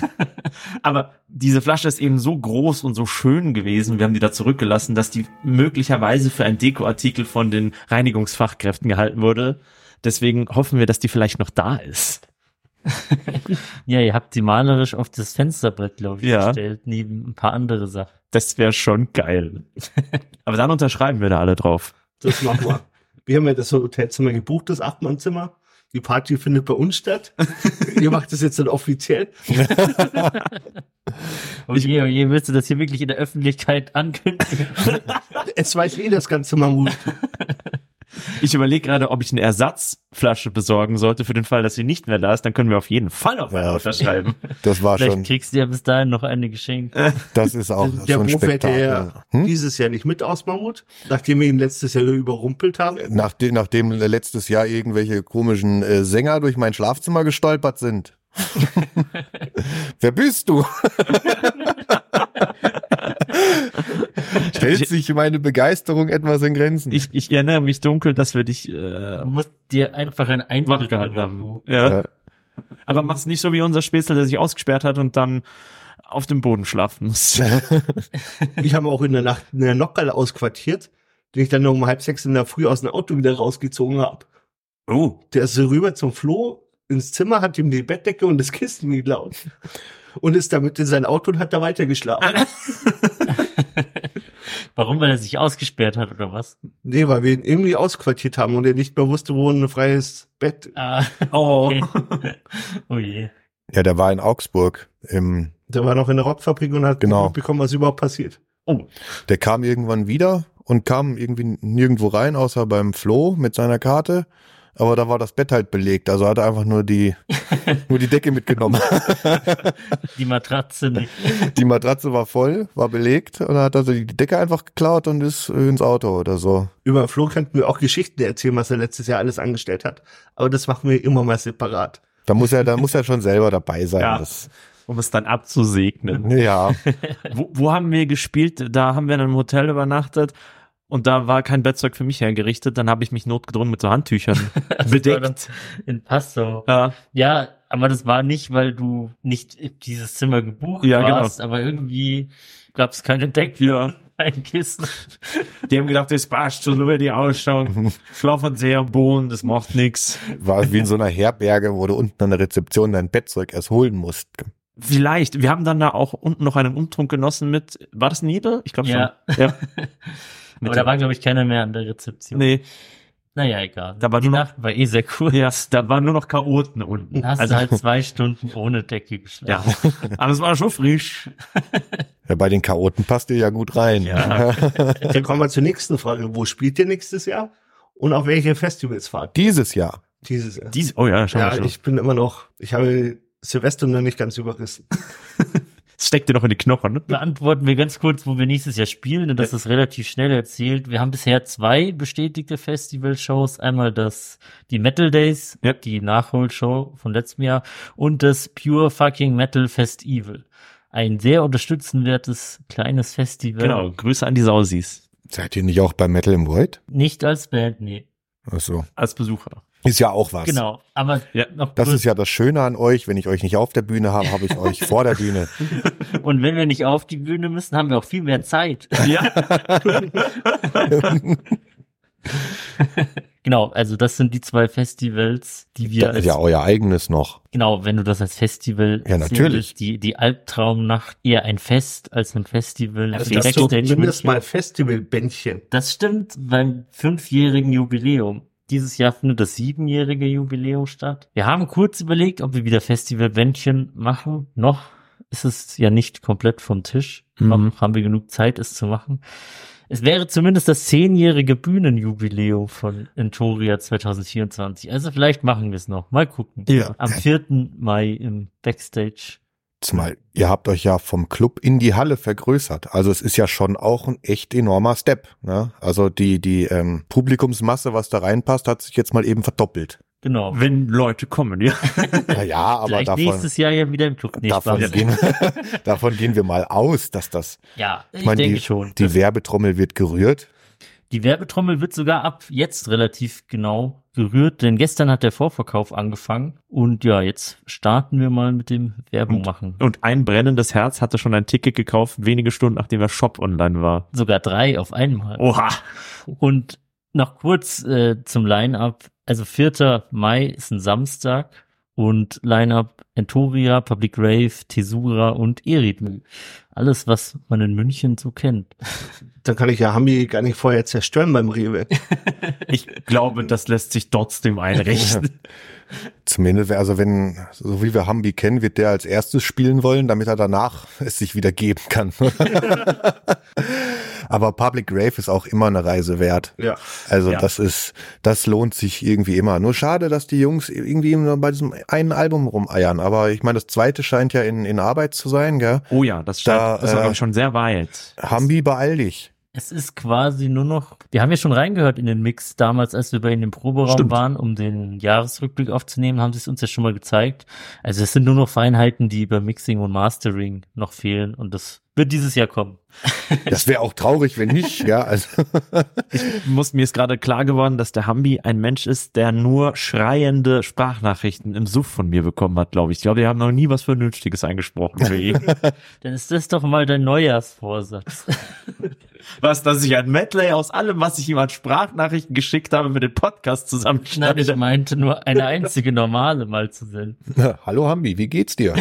Speaker 5: Aber diese Flasche ist eben so groß und so schön gewesen, wir haben die da zurückgelassen, dass die möglicherweise für einen Dekoartikel von den Reinigungsfachkräften gehalten wurde. Deswegen hoffen wir, dass die vielleicht noch da ist.
Speaker 4: Ja, ihr habt die malerisch auf das Fensterbrett, glaube ich,
Speaker 5: Ja.
Speaker 4: gestellt, neben ein paar andere Sachen.
Speaker 5: Das wäre schon geil. Aber dann unterschreiben wir da alle drauf.
Speaker 7: Das machen wir. Wir haben ja das Hotelzimmer gebucht, das Achtmannzimmer. Die Party findet bei uns statt. Ihr macht das jetzt dann offiziell.
Speaker 4: Und je, und je willst du das hier wirklich in der Öffentlichkeit ankündigen?
Speaker 7: Es weiß eh das ganze Mammut.
Speaker 5: Ich überlege gerade, ob ich eine Ersatzflasche besorgen sollte für den Fall, dass sie nicht mehr da ist. Dann können wir auf jeden Fall auf einmal unterschreiben.
Speaker 6: Das war
Speaker 4: Vielleicht
Speaker 6: schon, Äh.
Speaker 4: kriegst du ja bis dahin noch eine geschenkt.
Speaker 6: das ist auch
Speaker 7: Also der
Speaker 6: schon
Speaker 7: Bo fährt ja
Speaker 6: Spektakel.
Speaker 7: ja
Speaker 6: Hm?
Speaker 7: dieses Jahr nicht mit aus Mammut, nachdem wir ihn letztes Jahr überrumpelt haben.
Speaker 6: Nachdem, nachdem letztes Jahr irgendwelche komischen äh, Sänger durch mein Schlafzimmer gestolpert sind. Wer bist du? Stellt sich meine Begeisterung etwas in Grenzen.
Speaker 5: Ich, ich erinnere mich dunkel, dass wir dich äh,
Speaker 4: Du musst dir einfach einen Einwand gehalten haben.
Speaker 5: Ja.
Speaker 6: Ja.
Speaker 5: Aber mach's nicht so wie unser Spätzle, der sich ausgesperrt hat und dann auf dem Boden schlafen muss.
Speaker 7: Ich habe auch in der Nacht eine Nockerl ausquartiert, den ich dann um halb sechs in der Früh aus dem Auto wieder rausgezogen habe.
Speaker 5: Oh.
Speaker 7: Der ist so rüber zum Floh ins Zimmer, hat ihm die Bettdecke und das Kissen geklaut. Und ist damit in sein Auto und hat da weitergeschlafen.
Speaker 4: Warum? Weil er sich ausgesperrt hat oder was?
Speaker 7: Nee, weil wir ihn irgendwie ausquartiert haben und er nicht mehr wusste, wo ein freies Bett.
Speaker 4: Ah,
Speaker 5: Oh.
Speaker 4: okay. oh je.
Speaker 6: Ja, der war in Augsburg. Im,
Speaker 7: Der war noch in der Rockfabrik und hat
Speaker 6: Genau.
Speaker 7: bekommen, was überhaupt passiert.
Speaker 6: der kam irgendwann wieder und kam irgendwie nirgendwo rein, außer beim Flo mit seiner Karte. Aber da war das Bett halt belegt, also hat er einfach nur die, nur die Decke mitgenommen.
Speaker 4: Die Matratze nicht.
Speaker 6: Die Matratze war voll, war belegt und dann hat er so die Decke einfach geklaut und ist ins Auto oder so.
Speaker 7: Über Flo könnten wir auch Geschichten erzählen, was er letztes Jahr alles angestellt hat. Aber das machen wir immer mal separat.
Speaker 6: Da muss er, da muss er schon selber dabei sein.
Speaker 5: Ja.
Speaker 6: Ja. Das,
Speaker 5: Um es dann abzusegnen.
Speaker 6: ja.
Speaker 5: wo, wo haben wir gespielt? Da haben wir in einem Hotel übernachtet. und da war kein Bettzeug für mich hergerichtet, dann habe ich mich notgedrungen mit so Handtüchern bedeckt.
Speaker 4: in Passau.
Speaker 5: Ja,
Speaker 4: Ja, aber das war nicht, weil du nicht dieses Zimmer gebucht
Speaker 5: Ja, genau.
Speaker 4: warst, aber irgendwie gab es keine Decke,
Speaker 5: ja.
Speaker 4: kein Kissen.
Speaker 5: Die haben gedacht, das passt schon über die Ausschau. Schlafen sehr am Boden, das macht nix.
Speaker 6: War wie in so einer Herberge, wo du unten an der Rezeption dein Bettzeug erst holen musst.
Speaker 5: Vielleicht. Wir haben dann da auch unten noch einen Umtrunk genossen mit, war das Niedel? Ich glaube schon.
Speaker 4: Ja.
Speaker 5: ja.
Speaker 4: aber
Speaker 5: Mit
Speaker 4: da
Speaker 5: dem-
Speaker 4: war, glaube ich, keiner mehr an der Rezeption.
Speaker 5: Nee,
Speaker 4: Naja, egal.
Speaker 5: Da war
Speaker 4: die
Speaker 5: nur noch-
Speaker 4: Nacht war eh sehr cool.
Speaker 5: ja, da waren nur noch Chaoten unten.
Speaker 4: Dann hast
Speaker 5: Also,
Speaker 4: du halt zwei Stunden ohne Decke
Speaker 5: ja.
Speaker 4: geschlafen.
Speaker 5: Aber es war schon frisch.
Speaker 6: Ja, bei den Chaoten passt ihr ja gut rein.
Speaker 7: Dann kommen wir zur nächsten Frage. Wo spielt ihr nächstes Jahr? Und auf welche Festivals fahrt ihr
Speaker 6: Dieses Jahr.
Speaker 7: dieses Jahr?
Speaker 5: Dies, oh ja, schau mal.
Speaker 7: ja,
Speaker 5: schon.
Speaker 7: ich bin immer noch, ich habe Silvester noch nicht ganz überrissen.
Speaker 5: Es steckt dir noch in die Knochen. Ne?
Speaker 4: Beantworten wir ganz kurz, wo wir nächstes Jahr spielen, denn das ist relativ schnell erzählt. Wir haben bisher zwei bestätigte Festival-Shows. Einmal das, die Metal Days,
Speaker 5: Ja.
Speaker 4: die Nachholshow von letztem Jahr und das Pure Fucking Metal Festival. Ein sehr unterstützenwertes kleines Festival.
Speaker 5: Genau, Grüße an die Sausis.
Speaker 6: Seid ihr nicht auch bei Metal im Void?
Speaker 4: Nicht als Band, nee.
Speaker 6: Ach so.
Speaker 5: Als Besucher.
Speaker 6: Ist ja auch was.
Speaker 4: Genau. Aber
Speaker 5: Ja,
Speaker 4: noch
Speaker 6: Das
Speaker 4: größer.
Speaker 6: ist ja das Schöne an euch. Wenn ich euch nicht auf der Bühne habe, habe ich euch vor der Bühne.
Speaker 4: Und wenn wir nicht auf die Bühne müssen, haben wir auch viel mehr Zeit.
Speaker 5: Ja,
Speaker 4: Genau, also das sind die zwei Festivals, die wir
Speaker 6: Das ist ja
Speaker 4: als,
Speaker 6: euer eigenes noch.
Speaker 4: genau, wenn du das als Festival
Speaker 6: Ja,
Speaker 4: erzählst,
Speaker 6: natürlich.
Speaker 4: die die Albtraumnacht eher ein Fest als ein Festival.
Speaker 7: Also
Speaker 4: Die
Speaker 7: das ist
Speaker 4: Backstage
Speaker 7: zumindest
Speaker 4: München.
Speaker 7: mal Festivalbändchen.
Speaker 4: Das stimmt beim fünfjährigen Jubiläum. Dieses Jahr findet das siebenjährige Jubiläum statt. Wir haben kurz überlegt, ob wir wieder Festivalbändchen machen. Noch ist es ja nicht komplett vom Tisch.
Speaker 5: Mhm.
Speaker 4: Noch haben wir genug Zeit, es zu machen. Es wäre zumindest das zehnjährige Bühnenjubiläum von Entoria 2024. Also vielleicht machen wir es noch. Mal gucken.
Speaker 5: Ja.
Speaker 4: Am 4. Mai im Backstage.
Speaker 6: Zumal ihr habt euch ja vom Club in die Halle vergrößert. Also es ist ja schon auch ein echt enormer Step. Ne? Also die, die ähm, Publikumsmasse, was da reinpasst, hat sich jetzt mal eben verdoppelt.
Speaker 4: Genau.
Speaker 5: wenn Leute kommen, ja.
Speaker 6: Ja, ja aber
Speaker 4: vielleicht
Speaker 6: davon,
Speaker 4: nächstes Jahr ja wieder im Club. Nee,
Speaker 6: davon,
Speaker 4: Spaß.
Speaker 6: gehen, davon gehen wir mal aus, dass das,
Speaker 4: Ja, ich,
Speaker 6: meine,
Speaker 4: denke
Speaker 6: die-
Speaker 4: schon.
Speaker 6: die Werbetrommel wird gerührt.
Speaker 4: Die Werbetrommel wird sogar ab jetzt relativ genau gerührt, denn gestern hat der Vorverkauf angefangen und ja, jetzt starten wir mal mit dem Werbung machen.
Speaker 5: Und ein brennendes Herz hatte schon ein Ticket gekauft, wenige Stunden nachdem der Shop online war.
Speaker 4: Sogar drei auf einmal.
Speaker 5: Oha.
Speaker 4: Und noch kurz äh, zum Line-Up. Also 4. Mai ist ein Samstag und Line-Up Entoria, Public Rave, Tesura und Eritmü. Alles, was man in München so kennt.
Speaker 7: Dann kann ich ja Hami gar nicht vorher zerstören beim Rewe.
Speaker 5: Ich glaube, das lässt sich trotzdem einrichten.
Speaker 6: Zumindest, also wenn, so wie wir Hambi kennen, wird der als erstes spielen wollen, damit er danach es sich wieder geben kann. Aber Public Grave ist auch immer eine Reise wert.
Speaker 7: Ja.
Speaker 6: Also
Speaker 5: Ja.
Speaker 6: das ist, das lohnt sich irgendwie immer. Nur schade, dass die Jungs irgendwie nur bei diesem einen Album rumeiern. Aber ich meine, das zweite scheint ja in, in Arbeit zu sein, gell?
Speaker 5: Oh ja, das, scheint,
Speaker 6: Da,
Speaker 5: das war,
Speaker 6: äh,
Speaker 5: glaube ich, schon sehr weit.
Speaker 6: Hambi, beeil dich.
Speaker 4: Es ist quasi nur noch, wir haben ja schon reingehört in den Mix damals, als wir bei ihnen im Proberaum
Speaker 5: Stimmt.
Speaker 4: waren, um den Jahresrückblick aufzunehmen, haben sie es uns ja schon mal gezeigt. Also es sind nur noch Feinheiten, die über Mixing und Mastering noch fehlen und das wird dieses Jahr kommen.
Speaker 6: Das wäre auch traurig, wenn nicht, ja. Also,
Speaker 5: muss, mir ist gerade klar geworden, dass der Hambi ein Mensch ist, der nur schreiende Sprachnachrichten im Suff von mir bekommen hat, glaube ich. Ich glaube, die haben noch nie was Vernünftiges eingesprochen für ihn.
Speaker 4: Dann ist das doch mal dein Neujahrsvorsatz.
Speaker 5: was, dass ich ein Medley aus allem, was ich ihm an Sprachnachrichten geschickt habe, mit dem
Speaker 4: Nein,
Speaker 5: Podcast
Speaker 4: ich
Speaker 5: zusammenschneide.
Speaker 4: meinte nur eine einzige normale mal zu senden.
Speaker 6: hallo Hambi, wie geht's dir?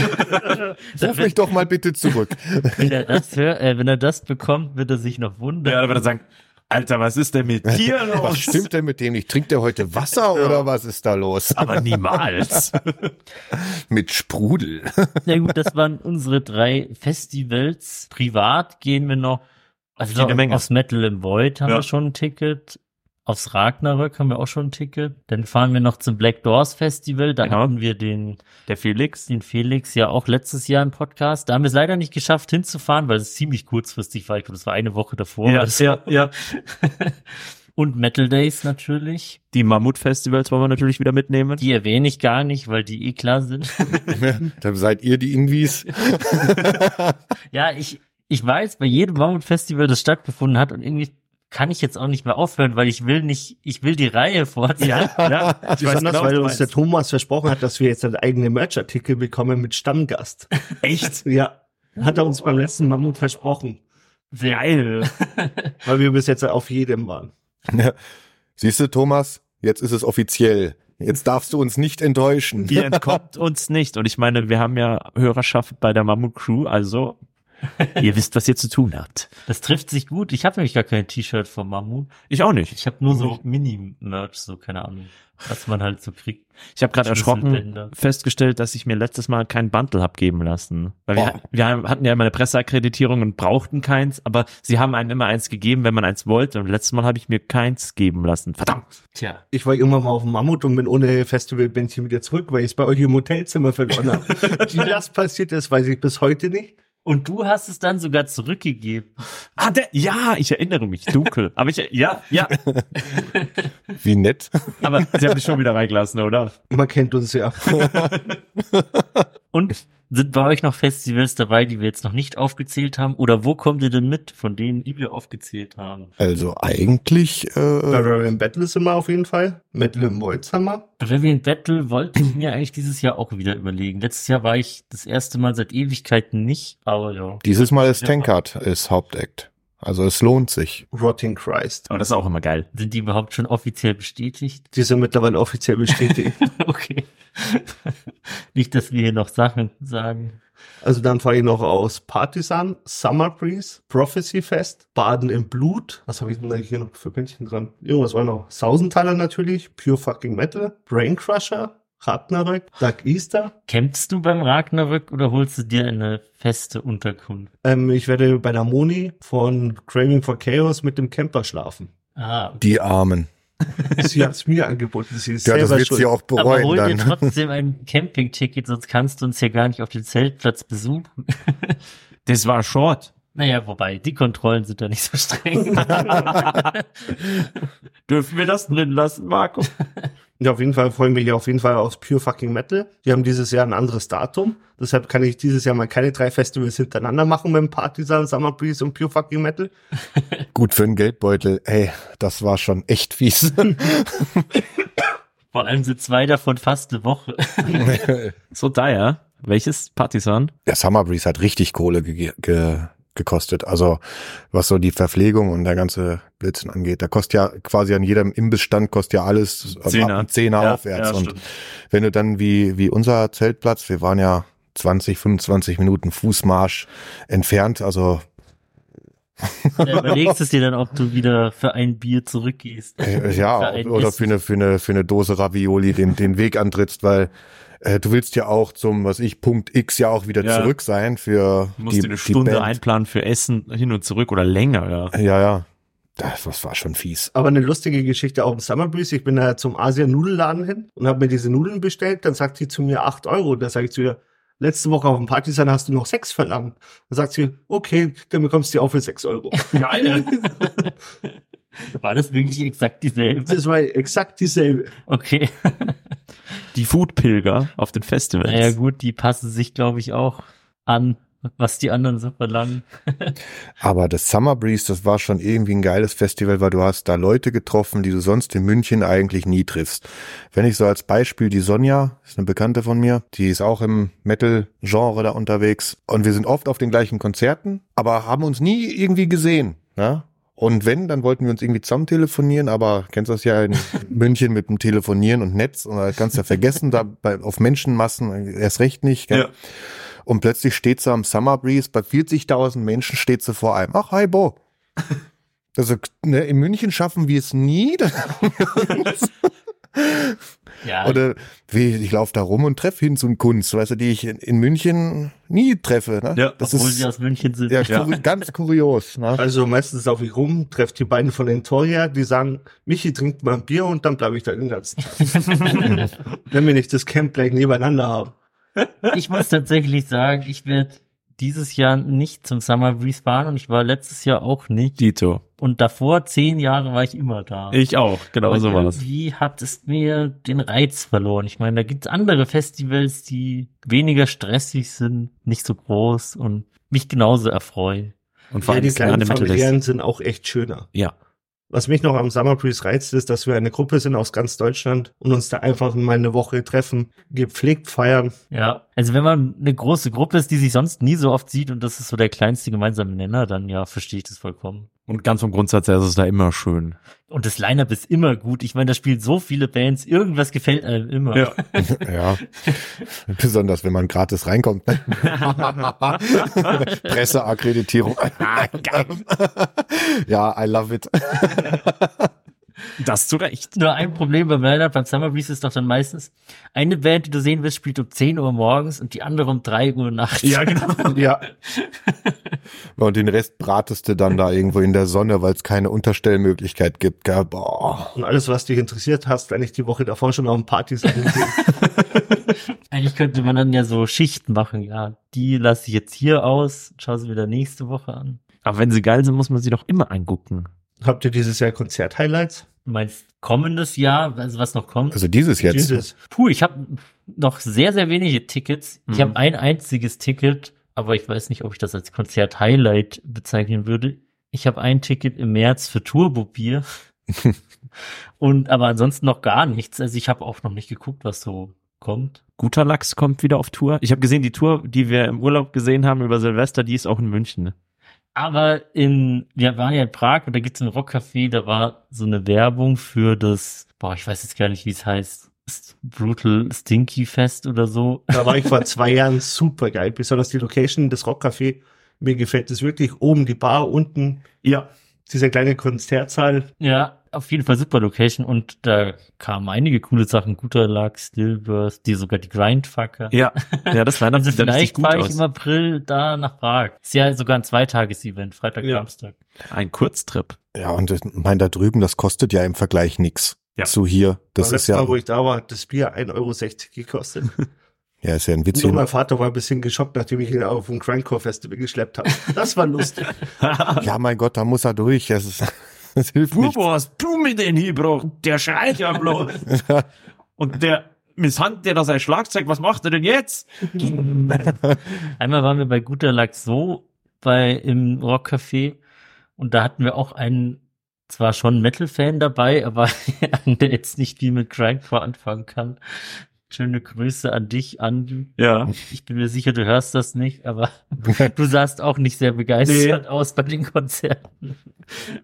Speaker 6: Ruf mich doch mal bitte zurück.
Speaker 4: Wenn er das, hör, äh, wenn er das bekommt, wird er sich noch wundern.
Speaker 5: Ja, da würde er sagen, Alter, was ist denn mit dir
Speaker 6: Was
Speaker 5: los?
Speaker 6: stimmt denn mit dem nicht? Trinkt er heute Wasser oder was ist da los?
Speaker 5: Aber niemals.
Speaker 6: Mit Sprudel.
Speaker 4: Na gut, das waren unsere drei Festivals. Privat gehen wir noch. Also
Speaker 5: Jede Menge.
Speaker 4: aufs Metal im Void haben
Speaker 5: Ja.
Speaker 4: wir schon ein Ticket. Aufs Ragnarök haben wir auch schon ein Ticket. Dann fahren wir noch zum Black Doors Festival. Da
Speaker 5: Genau.
Speaker 4: hatten wir den,
Speaker 5: Der Felix.
Speaker 4: den Felix ja auch letztes Jahr im Podcast. Da haben wir es leider nicht geschafft hinzufahren, weil es ziemlich kurzfristig war. Ich glaube, das war eine Woche davor.
Speaker 5: Ja,
Speaker 4: oder so.
Speaker 5: ja, ja.
Speaker 4: Und Metal Days natürlich.
Speaker 5: Die Mammut-Festivals wollen wir natürlich wieder mitnehmen.
Speaker 4: Die erwähne ich gar nicht, weil die eh klar sind.
Speaker 6: Dann seid ihr die Invis.
Speaker 4: Ja, ich, ich weiß, bei jedem Mammut-Festival, das stattgefunden hat und irgendwie kann ich jetzt auch nicht mehr aufhören, weil ich will nicht, ich will die Reihe fortsetzen.
Speaker 7: Ja, ja.
Speaker 5: ich weiß
Speaker 7: Besonders,
Speaker 5: genau, was
Speaker 7: weil
Speaker 5: du
Speaker 7: uns der
Speaker 5: meinst.
Speaker 7: Thomas versprochen hat, dass wir jetzt einen eigenen Merch-Artikel bekommen mit Stammgast. Echt? ja. Hat er uns beim letzten Mammut versprochen,
Speaker 5: Geil.
Speaker 7: weil wir bis jetzt auf jedem waren.
Speaker 6: Ja. Siehst du, Thomas, jetzt ist es offiziell. Jetzt darfst du uns nicht enttäuschen.
Speaker 5: Ihr entkommt uns nicht. Und ich meine, wir haben ja Hörerschaft bei der Mammut Crew, also ihr wisst, was ihr zu tun habt.
Speaker 4: Das trifft sich gut. Ich habe nämlich gar kein T-Shirt von Mammut.
Speaker 5: Ich auch nicht.
Speaker 4: Ich habe nur so Mini-Merch, so keine Ahnung, was man halt so kriegt.
Speaker 5: Ich habe gerade erschrocken
Speaker 4: Schlüsselbänder.
Speaker 5: festgestellt, dass ich mir letztes Mal kein Bantel hab geben lassen. Weil wir,
Speaker 6: Oh.
Speaker 5: wir haben- hatten ja immer eine Presseakkreditierung und brauchten keins, aber sie haben einem immer eins gegeben, wenn man eins wollte. Und letztes Mal habe ich mir keins geben lassen. Verdammt.
Speaker 4: Tja,
Speaker 7: Ich war irgendwann mal auf dem Mammut und bin ohne Festivalbändchen wieder zurück, weil ich es bei euch im Hotelzimmer verloren habe. Wie das passiert ist, weiß ich bis heute nicht.
Speaker 4: Und du hast es dann sogar zurückgegeben.
Speaker 5: Ah, der, ja, ich erinnere mich dunkel. Aber ich, ja, ja.
Speaker 6: Wie nett.
Speaker 5: Aber sie haben dich schon wieder reingelassen, oder?
Speaker 7: Man kennt uns ja.
Speaker 4: Und sind bei euch noch Festivals dabei, die wir jetzt noch nicht aufgezählt haben? Oder wo kommt ihr denn mit von denen, die wir aufgezählt haben?
Speaker 6: Also eigentlich, äh,
Speaker 7: Barbarian Battle sind wir auf jeden Fall. Metal im Molz haben wir.
Speaker 4: Rebellion Battle wollte ich mir eigentlich dieses Jahr auch wieder überlegen. Letztes Jahr war ich das erste Mal seit Ewigkeiten nicht, aber ja.
Speaker 6: dieses Mal ist Tankard ist Hauptakt. Also es lohnt sich.
Speaker 7: Rotting Christ.
Speaker 5: Aber Oh, das ist auch immer geil.
Speaker 4: Sind die überhaupt schon offiziell bestätigt?
Speaker 7: Die sind mittlerweile offiziell bestätigt.
Speaker 4: okay. nicht, dass wir hier noch Sachen sagen.
Speaker 7: Also dann fahre ich noch aus Partisan, Summer Breeze, Prophecy Fest, Baden im Blut. Was habe ich denn da hier noch für Bändchen dran? Jo, was war noch? Sausenthaler natürlich, Pure Fucking Metal, Brain Crusher, Ragnarök, Dark Easter.
Speaker 4: Campst du beim Ragnarök oder holst du dir eine feste Unterkunft?
Speaker 7: Ähm, ich werde bei der Moni von Craving for Chaos mit dem Camper schlafen.
Speaker 4: Ah, okay.
Speaker 6: Die Armen.
Speaker 7: Sie hat es mir angeboten. Sie ist
Speaker 6: Ja, das
Speaker 7: selber
Speaker 6: wird
Speaker 7: schuld.
Speaker 6: sie auch
Speaker 4: Aber
Speaker 6: bereuen
Speaker 4: hol dir
Speaker 6: dann.
Speaker 4: trotzdem ein Campingticket, sonst kannst du uns hier gar nicht auf dem Zeltplatz besuchen.
Speaker 5: Das war short.
Speaker 4: Naja, wobei, die Kontrollen sind da nicht so streng.
Speaker 5: Dürfen wir das drin lassen, Marco?
Speaker 7: Ja, auf jeden Fall freuen wir mich auf jeden Fall aufs Pure Fucking Metal. Die haben dieses Jahr ein anderes Datum. Deshalb kann ich dieses Jahr mal keine drei Festivals hintereinander machen mit dem Partisan, Summer Breeze und Pure Fucking Metal.
Speaker 6: Gut für den Geldbeutel. Ey, das war schon echt fies.
Speaker 4: Vor allem sind zwei davon fast eine Woche.
Speaker 5: So daher. Welches Partisan?
Speaker 6: Der Summer Breeze hat richtig Kohle ge ge gekostet. Also was so die Verpflegung und der ganze Blödsinn angeht. Da kostet ja quasi an jedem Imbissstand kostet ja alles ab
Speaker 5: Zehner.
Speaker 6: einem Zehner
Speaker 5: Ja,
Speaker 6: aufwärts.
Speaker 5: ja,
Speaker 6: und
Speaker 5: stimmt.
Speaker 6: wenn du dann wie, wie unser Zeltplatz, wir waren ja 20, 25 Minuten Fußmarsch entfernt, also
Speaker 4: Dann überlegst es dir dann, ob du wieder für ein Bier zurückgehst.
Speaker 6: äh,
Speaker 4: Für
Speaker 6: ja,
Speaker 4: ein
Speaker 6: oder
Speaker 4: Ist.
Speaker 6: für eine, für, eine, für eine Dose Ravioli den, den Weg antrittst, weil äh, du willst ja auch zum, was ich, Punkt X ja auch wieder
Speaker 5: Ja.
Speaker 6: zurück sein für
Speaker 5: Du musst dir eine Stunde
Speaker 6: Band.
Speaker 5: einplanen für Essen hin und zurück oder länger. Ja.
Speaker 6: Ja, ja. Das, das war schon fies.
Speaker 7: Aber eine lustige Geschichte auch im Summer Breeze. Ich bin da zum Asien-Nudelladen hin und habe mir diese Nudeln bestellt. Dann sagt sie zu mir 8 Euro. Dann sage ich zu ihr, letzte Woche auf dem Partisan hast du noch 6 verlangt. Dann sagt sie, okay, dann bekommst du die auch für 6 Euro.
Speaker 4: Geil. War das wirklich exakt dieselbe?
Speaker 7: Das war exakt dieselbe.
Speaker 4: Okay.
Speaker 5: Die Foodpilger auf den Festivals.
Speaker 4: Naja, gut, die passen sich, glaube ich, auch an, was die anderen so verlangen.
Speaker 6: Aber das Summer Breeze, das war schon irgendwie ein geiles Festival, weil du hast da Leute getroffen, die du sonst in München eigentlich nie triffst. Wenn ich so als Beispiel die Sonja, ist eine Bekannte von mir, die ist auch im Metal-Genre da unterwegs. Und wir sind oft auf den gleichen Konzerten, aber haben uns nie irgendwie gesehen. Ne? Und wenn, dann wollten wir uns irgendwie zusammen telefonieren, aber kennst das ja in München mit dem Telefonieren und Netz und das kannst du ja vergessen, da bei, auf Menschenmassen erst recht nicht. Gell?
Speaker 5: Ja.
Speaker 6: Und plötzlich steht sie am Summer Breeze, bei 40.000 Menschen steht sie vor einem. Ach, hi Bo. Also ne, in München schaffen wir es nie.
Speaker 4: Ja,
Speaker 6: Oder wie, ich laufe da rum und treffe hin zum Kunst, weißt du, die ich in, in München nie treffe. Ne?
Speaker 5: Ja,
Speaker 6: das
Speaker 4: obwohl
Speaker 6: ist
Speaker 4: sie aus München sind.
Speaker 6: ja, kuri- ganz kurios. Ne?
Speaker 7: Also meistens laufe ich rum, treffe die beiden von den Torja, die sagen, Michi trinkt mal ein Bier und dann bleibe ich da den ganzen Tag. Wenn wir nicht das Camp gleich nebeneinander haben.
Speaker 4: ich muss tatsächlich sagen, ich werde dieses Jahr nicht zum Summer Breeze fahren und ich war letztes Jahr auch nicht.
Speaker 5: Dito.
Speaker 4: Und davor zehn Jahre war ich immer da.
Speaker 5: Ich auch. Genau
Speaker 4: Aber
Speaker 5: so war das.
Speaker 4: Irgendwie hat es mir den Reiz verloren. Ich meine, da gibt's andere Festivals, die weniger stressig sind, nicht so groß und mich genauso erfreuen.
Speaker 5: Und
Speaker 7: Ja, die
Speaker 5: ist an
Speaker 7: kleinen
Speaker 5: dem Mitteldeck.
Speaker 7: familiären sind auch echt schöner.
Speaker 5: Ja.
Speaker 7: Was mich noch am Summer Breeze reizt, ist, dass wir eine Gruppe sind aus ganz Deutschland und uns da einfach mal eine Woche treffen, gepflegt feiern.
Speaker 4: Ja, also wenn man eine große Gruppe ist, die sich sonst nie so oft sieht und das ist so der kleinste gemeinsame Nenner, dann ja, verstehe ich das vollkommen.
Speaker 9: Und ganz vom Grundsatz her ist es da immer schön.
Speaker 4: Und das Line-Up ist immer gut. Ich meine, da spielen so viele Bands, irgendwas gefällt einem immer.
Speaker 5: Ja.
Speaker 6: Ja. Besonders, wenn man gratis reinkommt. ne? Presseakkreditierung. ja, I love it.
Speaker 5: Das zu Recht.
Speaker 4: Nur ein Problem beim Line-Up beim Summer Breeze ist doch dann meistens, eine Band, die du sehen willst, spielt um 10 Uhr morgens und die andere um 3 Uhr nachts.
Speaker 5: genau.
Speaker 6: ja. Und den Rest bratest du dann da irgendwo in der Sonne, weil es keine Unterstellmöglichkeit gibt. Gell? Boah.
Speaker 7: Und alles, was dich interessiert hast, wenn ich die Woche davor schon auf dem Party sein will.
Speaker 4: Eigentlich könnte man dann ja so Schichten machen, ja. Die lasse ich jetzt hier aus, schau sie wieder nächste Woche an.
Speaker 9: Aber wenn sie geil sind, muss man sie doch immer angucken.
Speaker 7: Habt ihr dieses Jahr Konzert-Highlights?
Speaker 4: Du meinst kommendes Jahr, also was noch kommt?
Speaker 6: Also dieses jetzt.
Speaker 7: Dieses.
Speaker 4: Puh, ich habe noch sehr, sehr wenige Tickets. Ich habe ein einziges Ticket, aber ich weiß nicht, ob ich das als Konzert-Highlight bezeichnen würde. Ich habe ein Ticket im März für Turbo Bier. Und aber ansonsten noch gar nichts. Also ich habe auch noch nicht geguckt, was so kommt.
Speaker 9: Guter Lachs kommt wieder auf Tour. Ich habe gesehen, die Tour, die wir im Urlaub gesehen haben über Silvester, die ist auch in
Speaker 5: ne?
Speaker 9: München.
Speaker 4: Aber in, wir waren ja in Prag und da gibt's ein Rockcafé, da war so eine Werbung für das, boah, ich weiß jetzt gar nicht, wie es heißt. Brutal Stinky Fest oder so.
Speaker 7: Da war ich vor zwei Jahren super geil. Besonders die Location, das Rockcafé. Mir gefällt das wirklich. Oben die Bar, unten
Speaker 5: Ja.
Speaker 7: dieser kleine Konzertsaal.
Speaker 4: Ja, auf jeden Fall super Location und da kamen einige coole Sachen. Guter Luck, Stillbirth, die sogar die Grindfucker.
Speaker 9: Ja, ja das Line-Up
Speaker 4: Also
Speaker 9: sieht da richtig
Speaker 4: vielleicht
Speaker 9: gut
Speaker 4: fahre ich
Speaker 9: aus.
Speaker 4: im April da nach Prag. Ist ja sogar ein Zweitages-Event, Freitag,
Speaker 7: Ja.
Speaker 4: Samstag.
Speaker 9: Ein Kurztrip.
Speaker 6: Ja, und ich mein, da drüben, das kostet ja im Vergleich nix.
Speaker 5: Ja.
Speaker 6: Zu hier. Das
Speaker 7: Beim
Speaker 6: ist
Speaker 7: letzten
Speaker 6: ja,
Speaker 7: Mal, wo ich da war, hat das Bier 1,60 Euro gekostet.
Speaker 6: ja, ist ja ein Witz.
Speaker 7: Nur mein Vater war ein bisschen geschockt, nachdem ich ihn auf ein Grindcore Festival geschleppt habe. Das war lustig.
Speaker 6: Ja, mein Gott, da muss er durch. Das, ist, das hilft nicht.
Speaker 5: hast du mit den Hebro? Der schreit ja bloß. Und der misshandelt der da sein Schlagzeug. Was macht er denn jetzt?
Speaker 4: Einmal waren wir bei Guter Luck so bei im Rockcafé und da hatten wir auch einen zwar schon Metal-Fan dabei, aber einen, der jetzt nicht viel mit Grindcore anfangen kann. Schöne Grüße an dich, Andy.
Speaker 5: Ja.
Speaker 4: Ich bin mir sicher, du hörst das nicht, aber du sahst auch nicht sehr begeistert aus bei den Konzerten.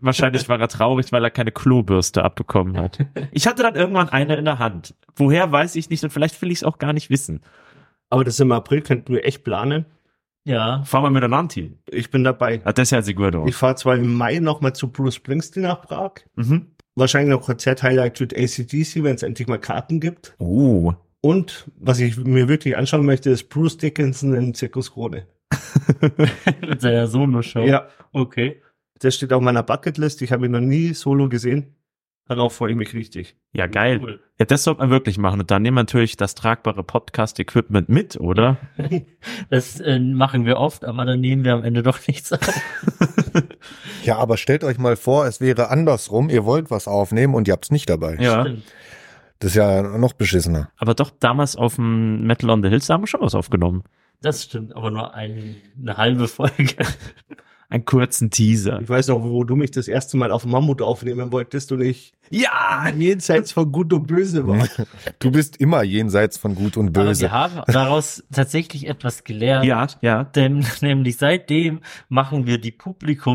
Speaker 5: Wahrscheinlich war er traurig, weil er keine Klobürste abbekommen hat. Ich hatte dann irgendwann eine in der Hand. Woher weiß ich nicht und vielleicht will ich es auch gar nicht wissen.
Speaker 7: Aber das im April könnten wir echt planen.
Speaker 4: Ja,
Speaker 5: Fahr mal mit der Lanti.
Speaker 7: Ich bin dabei.
Speaker 5: Ah, das ist ja Sigurdo.
Speaker 7: Ich fahre zwar im Mai nochmal zu Bruce Springsteen nach Prag.
Speaker 5: Mhm.
Speaker 7: Wahrscheinlich noch Konzerthighlight wird ACDC, wenn es endlich mal Karten gibt.
Speaker 9: Oh.
Speaker 7: Und was ich mir wirklich anschauen möchte, ist Bruce Dickinson im Zirkus Krone.
Speaker 4: mit seiner Solo-Show. Oh, Okay.
Speaker 7: Das steht auf meiner Bucketlist. Ich habe ihn noch nie solo gesehen. Darauf freue ich mich richtig.
Speaker 9: Ja, geil.
Speaker 4: Cool.
Speaker 9: Ja, das sollte man wirklich machen. Und dann nehmen wir natürlich das tragbare Podcast-Equipment mit, oder?
Speaker 4: Das äh, machen wir oft, aber dann nehmen wir am Ende doch nichts auf.
Speaker 6: Ja, aber stellt euch mal vor, es wäre andersrum. Ihr wollt was aufnehmen und ihr habt's nicht dabei.
Speaker 9: Ja.
Speaker 6: Das ist ja noch beschissener.
Speaker 9: Aber doch damals auf dem Metal on the Hills haben wir schon was aufgenommen.
Speaker 4: Das stimmt, aber nur ein, eine halbe Folge.
Speaker 9: Einen kurzen Teaser.
Speaker 7: Ich weiß noch, wo du mich das erste Mal auf Mammut aufnehmen wolltest und ich ja jenseits von Gut und Böse war.
Speaker 6: Du bist immer jenseits von Gut und Böse.
Speaker 4: Aber wir haben daraus tatsächlich etwas gelernt.
Speaker 9: Ja, ja.
Speaker 4: Denn nämlich seitdem machen wir die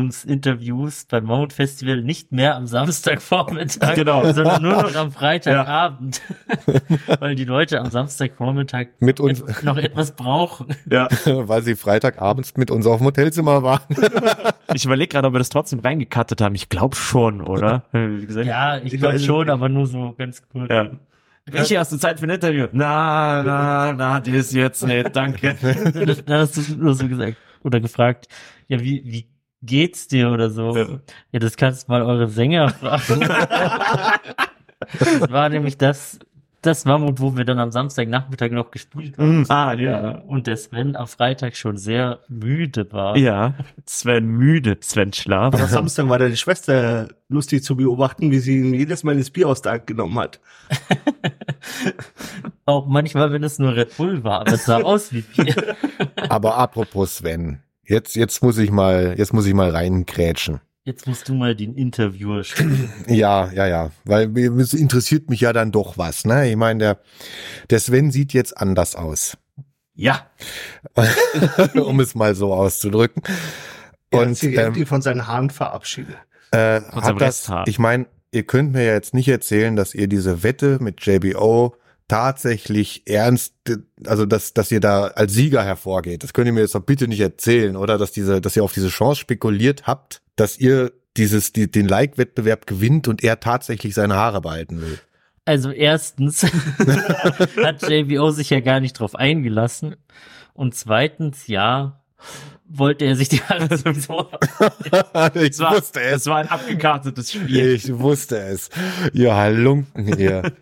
Speaker 4: Publikumsinterviews beim Mount Festival nicht mehr am Samstagvormittag,
Speaker 5: Genau.
Speaker 4: sondern nur noch am Freitagabend, weil die Leute am Samstagvormittag
Speaker 6: Mit uns,
Speaker 4: et- noch etwas brauchen.
Speaker 5: Ja.
Speaker 6: weil sie Freitagabends mit uns auf dem Hotelzimmer waren.
Speaker 9: Ich überlege gerade, ob wir das trotzdem reingekattet haben. Ich glaube schon, oder? Wie gesagt,
Speaker 4: Ja, ich
Speaker 7: Ich
Speaker 4: glaube
Speaker 7: weiß es
Speaker 4: schon, aber nur so ganz kurz.
Speaker 5: ja. Welche hast du Zeit für ein Interview? Na, na, na, die ist jetzt nicht, danke.
Speaker 4: Da hast du nur so gesagt oder gefragt, ja, wie, wie geht's dir oder so?
Speaker 5: Ja.
Speaker 4: Ja, das kannst du mal eure Sänger fragen. das war nämlich das, das Mammut, wo wir dann am Samstagnachmittag noch gespielt haben.
Speaker 5: Mm, ah, ja.
Speaker 4: Und der Sven am Freitag schon sehr müde war.
Speaker 9: Ja, Sven müde, Sven
Speaker 7: Am
Speaker 9: schlaf.
Speaker 7: Samstag war deine Schwester lustig zu beobachten, wie sie ihm jedes Mal das Bier aus der Hand genommen hat.
Speaker 4: Auch manchmal, wenn es nur Red Bull war, aber es sah aus wie Bier.
Speaker 6: Aber apropos Sven, jetzt, jetzt muss ich mal, jetzt muss ich mal reinkrätschen.
Speaker 4: Jetzt musst du mal den Interviewer spielen.
Speaker 6: Ja, ja, ja, weil mir- es interessiert mich ja dann doch was, ne? Ich meine, der, der Sven sieht jetzt anders aus,
Speaker 5: Ja,
Speaker 6: um es mal so auszudrücken. Und
Speaker 7: er hat
Speaker 6: ähm,
Speaker 7: die von seinen Haaren verabschiedet.
Speaker 6: äh,
Speaker 9: Von seinem
Speaker 6: hat das,
Speaker 9: Resthaar.
Speaker 6: ich meine, ihr könnt mir ja jetzt nicht erzählen, dass ihr diese Wette mit JBO tatsächlich ernst, also dass, dass ihr da als Sieger hervorgeht. Das könnt ihr mir jetzt doch bitte nicht erzählen, oder? Dass diese, dass ihr auf diese Chance spekuliert habt, dass ihr dieses, die, den Like-Wettbewerb gewinnt und er tatsächlich seine Haare behalten will.
Speaker 4: Also erstens hat JBO sich ja gar nicht drauf eingelassen. Und zweitens, ja, wollte er sich die Haare sowieso
Speaker 6: ich
Speaker 5: es war,
Speaker 6: wusste
Speaker 5: es war ein abgekartetes Spiel.
Speaker 6: Ich wusste es. Ihr Halunken hier.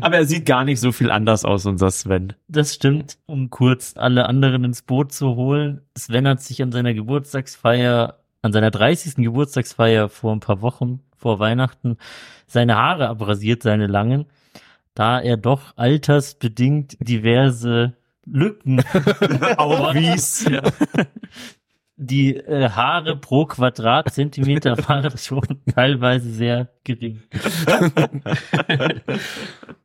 Speaker 5: Aber er sieht gar nicht so viel anders aus, unser Sven.
Speaker 4: Das stimmt, um kurz alle anderen ins Boot zu holen. Sven hat sich an seiner Geburtstagsfeier, an seiner 30. Geburtstagsfeier vor ein paar Wochen, vor Weihnachten, seine Haare abrasiert, seine langen, da er doch altersbedingt diverse Lücken,
Speaker 5: Auch wie's. Ja.
Speaker 4: die äh, Haare pro Quadratzentimeter waren schon teilweise sehr gering.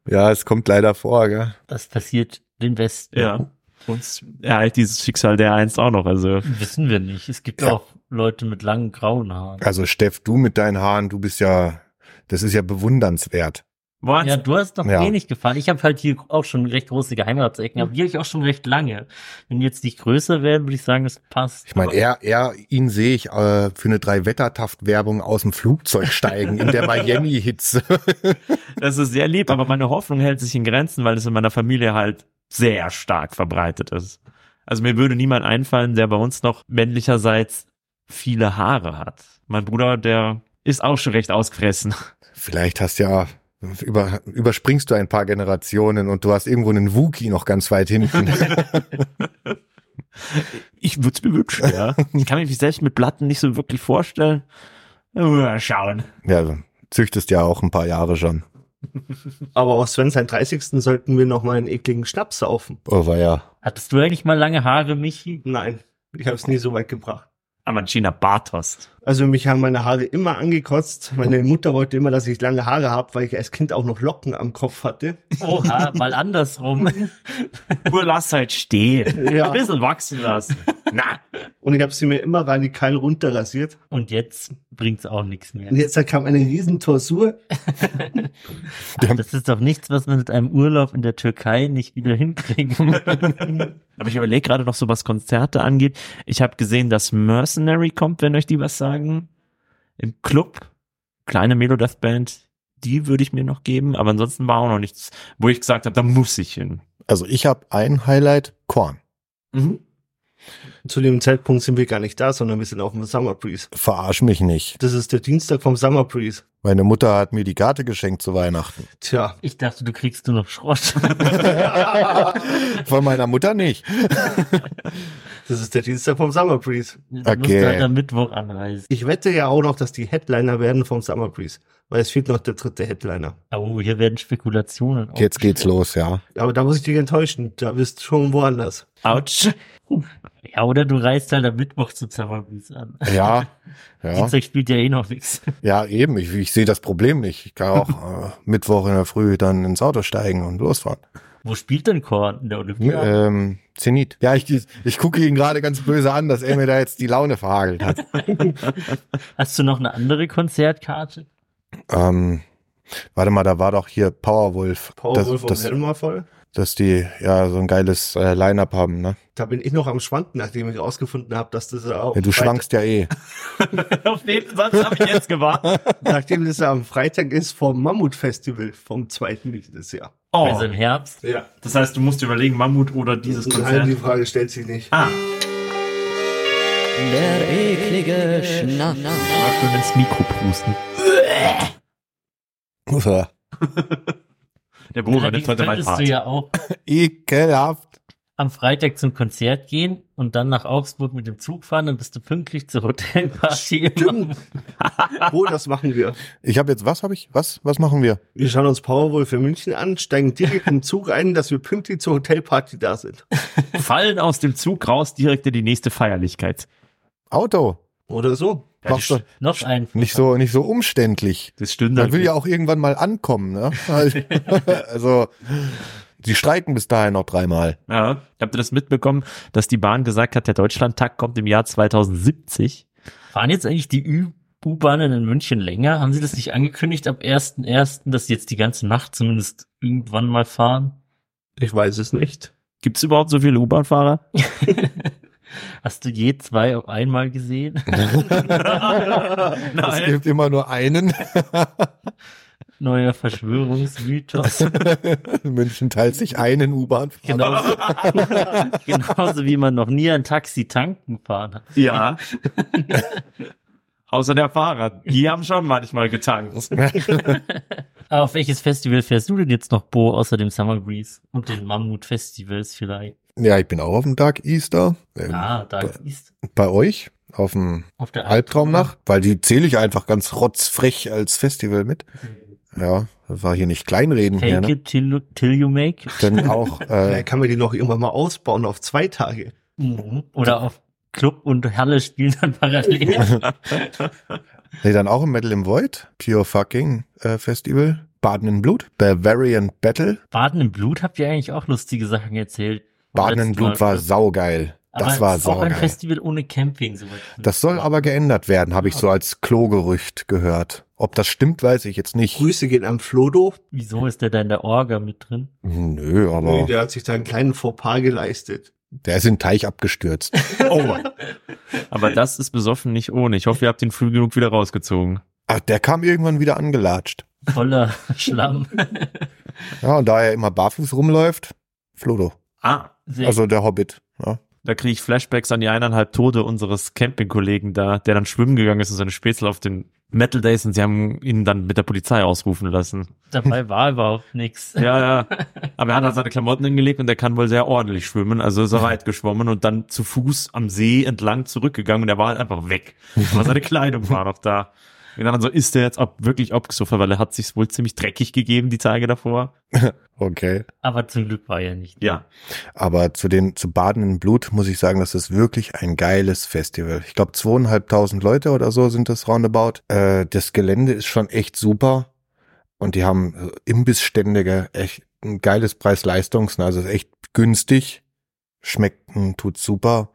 Speaker 6: Ja, es kommt leider vor, gell?
Speaker 4: Das passiert den Besten.
Speaker 5: ja. Und ereilt dieses Schicksal der einst auch noch. Also
Speaker 4: Wissen wir nicht. Es gibt
Speaker 6: Ja.
Speaker 4: auch Leute mit langen grauen Haaren.
Speaker 6: Also Steff, du mit deinen Haaren, du bist ja, das ist ja bewundernswert.
Speaker 5: What?
Speaker 4: Ja, du hast noch
Speaker 6: Ja.
Speaker 4: wenig gefahren. Ich habe halt hier auch schon recht große Geheimratsecken, aber hier habe ich auch schon recht lange. Wenn die jetzt nicht größer werden, würde ich sagen, das passt.
Speaker 6: Ich meine, er, er, ihn sehe ich äh, für eine Drei-Wettertaft-Werbung aus dem Flugzeug steigen in der Miami-Hitze.
Speaker 5: Das ist sehr lieb, aber meine Hoffnung hält sich in Grenzen, weil es in meiner Familie halt sehr stark verbreitet ist. Also mir würde niemand einfallen, der bei uns noch männlicherseits viele Haare hat. Mein Bruder, der ist auch schon recht ausgefressen.
Speaker 6: Vielleicht hast ja, über, überspringst du ein paar Generationen und du hast irgendwo einen Wookie noch ganz weit hinten.
Speaker 5: Ich würde es mir wünschen, ja. Ich kann mich selbst mit Platten nicht so wirklich vorstellen. Mal schauen.
Speaker 6: ja, du züchtest ja auch ein paar Jahre schon.
Speaker 7: Aber auf Sven seinen 30. sollten wir noch mal einen ekligen Schnaps saufen.
Speaker 6: Oh, war ja.
Speaker 4: Hattest du eigentlich mal lange Haare, Michi?
Speaker 7: Nein, ich habe es nie so weit gebracht.
Speaker 5: Aber ein China Bartost.
Speaker 7: Also mich haben meine Haare immer angekotzt. Meine Mutter wollte immer, dass ich lange Haare habe, weil ich als Kind auch noch Locken am Kopf hatte.
Speaker 4: Oha, mal andersrum.
Speaker 5: Nur lass halt stehen.
Speaker 7: Ja.
Speaker 5: Ein bisschen wachsen lassen. Na,
Speaker 7: Und ich habe sie mir immer radikal runterrasiert.
Speaker 4: Und jetzt bringt's auch nichts mehr.
Speaker 7: Und jetzt kam eine riesen Torsur.
Speaker 4: Das ist doch nichts, was man mit einem Urlaub in der Türkei nicht wieder hinkriegt.
Speaker 5: Aber ich überlege gerade noch so, was Konzerte angeht. Ich habe gesehen, dass Mercenary kommt, wenn euch die was sagen. Im Club. Kleine Melodeath Band. Die würde ich mir noch geben. Aber ansonsten war auch noch nichts, wo ich gesagt habe, da muss ich hin.
Speaker 6: Also ich habe ein Highlight, Korn.
Speaker 7: Zu dem Zeitpunkt sind wir gar nicht da, sondern wir sind auf dem Summer Breeze.
Speaker 6: Verarsch mich nicht.
Speaker 7: Das ist der Dienstag vom Summer Breeze.
Speaker 6: Meine Mutter hat mir die Karte geschenkt zu Weihnachten.
Speaker 7: Tja,
Speaker 4: Ich dachte, du kriegst nur noch Schrott.
Speaker 6: Von meiner Mutter nicht.
Speaker 7: das ist der Dienstag vom Summer Breeze.
Speaker 4: Du musst
Speaker 6: Okay.
Speaker 4: halt am Mittwoch anreisen.
Speaker 7: Ich wette ja auch noch, dass die Headliner werden vom Summer Breeze, weil es fehlt noch der dritte Headliner.
Speaker 4: Oh, hier werden Spekulationen. Oh, auf-
Speaker 6: Jetzt geht's los, ja.
Speaker 7: Aber da muss ich dich enttäuschen, da bist du schon woanders.
Speaker 5: Autsch.
Speaker 4: Ja, oder du reist halt am Mittwoch zu Zerwabis an.
Speaker 6: Ja. Ja,
Speaker 4: Dienstag spielt ja eh noch nichts.
Speaker 6: ja eben. Ich, ich sehe das Problem nicht. Ich kann auch äh, Mittwoch in der Früh dann ins Auto steigen und losfahren.
Speaker 4: Wo spielt denn Korn? In der Olympia?
Speaker 6: Ähm, Zenit. Ja, ich, ich gucke ihn gerade ganz böse an, dass er mir da jetzt die Laune verhagelt hat.
Speaker 4: Hast du noch eine andere Konzertkarte?
Speaker 6: Ähm, warte mal, da war doch hier Powerwolf.
Speaker 7: Powerwolf
Speaker 6: das,
Speaker 7: das, und
Speaker 6: das,
Speaker 7: Helmer voll.
Speaker 6: dass die ja so ein geiles äh, Line-Up haben, ne?
Speaker 7: Da bin ich noch am Schwanken, nachdem ich herausgefunden habe, dass das auch
Speaker 6: Ja, du schwankst ja eh.
Speaker 5: Auf den Satz habe ich jetzt gewartet.
Speaker 7: nachdem das am Freitag ist vom Mammut-Festival, vom zweiten dieses Jahr.
Speaker 5: Oh.
Speaker 4: Also im Herbst?
Speaker 7: Ja,
Speaker 5: Das heißt, du musst überlegen, Mammut oder dieses
Speaker 7: Nein, die
Speaker 5: Konzert.
Speaker 7: Frage stellt sich nicht.
Speaker 5: Ah,
Speaker 3: Der eklige Schnaps.
Speaker 5: mal schön ins Mikro pusten.
Speaker 6: Uah,
Speaker 5: Der Bruder
Speaker 4: Allerdings
Speaker 5: nimmt heute mein
Speaker 4: könntest
Speaker 5: Part.
Speaker 4: du ja auch
Speaker 6: Ekelhaft.
Speaker 4: am Freitag zum Konzert gehen und dann nach Augsburg mit dem Zug fahren, dann bist du pünktlich zur Hotelparty.
Speaker 7: Stimmt. Wo, Oh, das machen wir.
Speaker 6: Ich habe jetzt, was habe ich? Was? Was machen wir?
Speaker 7: Wir schauen uns Powerwolf in München an, steigen direkt im Zug ein, dass wir pünktlich zur Hotelparty da sind.
Speaker 5: Fallen aus dem Zug raus, direkt in die nächste Feierlichkeit.
Speaker 6: Auto.
Speaker 7: Oder so.
Speaker 6: Mach's doch
Speaker 4: Noch ein.
Speaker 6: nicht so, nicht so umständlich.
Speaker 5: Das stimmt
Speaker 6: Man will ja auch irgendwann mal ankommen, ne? Also, die streiken bis dahin noch dreimal.
Speaker 9: Ja. Habt ihr das mitbekommen, dass die Bahn gesagt hat, der Deutschlandtag kommt im Jahr 2070?
Speaker 4: Fahren jetzt eigentlich die Ü- U-Bahnen in München länger? Haben sie das nicht angekündigt ab 1.1., dass sie jetzt die ganze Nacht zumindest irgendwann mal fahren?
Speaker 7: Ich weiß es nicht.
Speaker 9: Gibt es überhaupt so viele U-Bahn-Fahrer?
Speaker 4: Hast du je zwei auf einmal gesehen?
Speaker 6: Es gibt immer nur einen.
Speaker 4: Neuer Verschwörungsmythos.
Speaker 6: München teilt sich einen U-Bahn.
Speaker 4: Genauso, genauso wie man noch nie ein Taxi tanken fahren hat.
Speaker 5: Ja. Außer der Fahrer. Die haben schon manchmal getankt.
Speaker 4: Aber auf welches Festival fährst du denn jetzt noch, Bo, außer dem Summer Breeze und den Mammut-Festivals vielleicht?
Speaker 6: Ja, ich bin auch auf dem Dark Easter. Ähm,
Speaker 4: Ah, Dark East.
Speaker 6: Bei euch. Auf dem
Speaker 4: Auf der
Speaker 6: Albtraumnacht. Weil die zähle ich einfach ganz rotzfrech als Festival mit. Ja, das war hier nicht kleinreden
Speaker 4: Take
Speaker 6: hier, ne?
Speaker 4: it till, till you make. it.
Speaker 6: Dann auch, äh,
Speaker 7: Vielleicht kann man die noch irgendwann mal ausbauen auf zwei Tage.
Speaker 4: mhm, Oder auf Club und Halle spielen dann parallel.
Speaker 6: nee, dann auch im Metal im Void. Pure Fucking äh, Festival. Baden in Blut. Bavarian Battle.
Speaker 4: Baden im Blut habt ihr eigentlich auch lustige Sachen erzählt.
Speaker 6: Baden in
Speaker 4: Letztes
Speaker 6: Blut
Speaker 4: Mal.
Speaker 6: war saugeil. Das
Speaker 4: Aber
Speaker 6: war
Speaker 4: es ist Auch ein
Speaker 6: saugeil.
Speaker 4: Festival ohne Camping. Soweit
Speaker 6: Das soll aber geändert werden, habe ich so als Klogerücht gehört. Ob das stimmt, weiß ich jetzt nicht.
Speaker 7: Grüße gehen an Flodo.
Speaker 4: Wieso ist der da in der Orga mit drin?
Speaker 6: Nö,
Speaker 7: Nee,
Speaker 6: aber
Speaker 7: der hat sich da einen kleinen Fauxpas geleistet.
Speaker 6: der ist in den Teich abgestürzt.
Speaker 9: Aber das ist besoffen nicht ohne. Ich hoffe, ihr habt den früh genug wieder rausgezogen.
Speaker 6: Ach, Ah, der kam irgendwann wieder angelatscht.
Speaker 4: Voller Schlamm.
Speaker 6: Ja, und da er immer barfuß rumläuft, Flodo.
Speaker 9: Ah.
Speaker 4: Sehr
Speaker 6: Also der Hobbit. Ja.
Speaker 9: Da kriege ich Flashbacks an die eineinhalb Tode unseres Campingkollegen da, der dann schwimmen gegangen ist und seine Spätzle auf den Metal Days und sie haben ihn dann mit der Polizei ausrufen lassen.
Speaker 4: dabei war überhaupt nichts.
Speaker 9: Ja, ja. Aber er hat halt seine Klamotten hingelegt und der kann wohl sehr ordentlich schwimmen. Also ist er weit geschwommen und dann zu Fuß am See entlang zurückgegangen und er war halt einfach weg. Aber seine Kleidung war noch da. Und dann so, ist der jetzt ab, wirklich abgesoffen, weil er hat sich wohl ziemlich dreckig gegeben die Tage davor.
Speaker 6: Okay.
Speaker 4: Aber zum Glück war er nicht.
Speaker 9: Ja.
Speaker 6: Aber zu den zu Baden in Blut muss ich sagen, das ist wirklich ein geiles Festival. Ich glaube, zweieinhalbtausend Leute oder so sind das roundabout. Äh, das Gelände ist schon echt super. Und die haben äh, Imbissstände, gell, echt ein geiles Preis-Leistungs, ne? also ist echt günstig. Schmeckt, hm, tut super.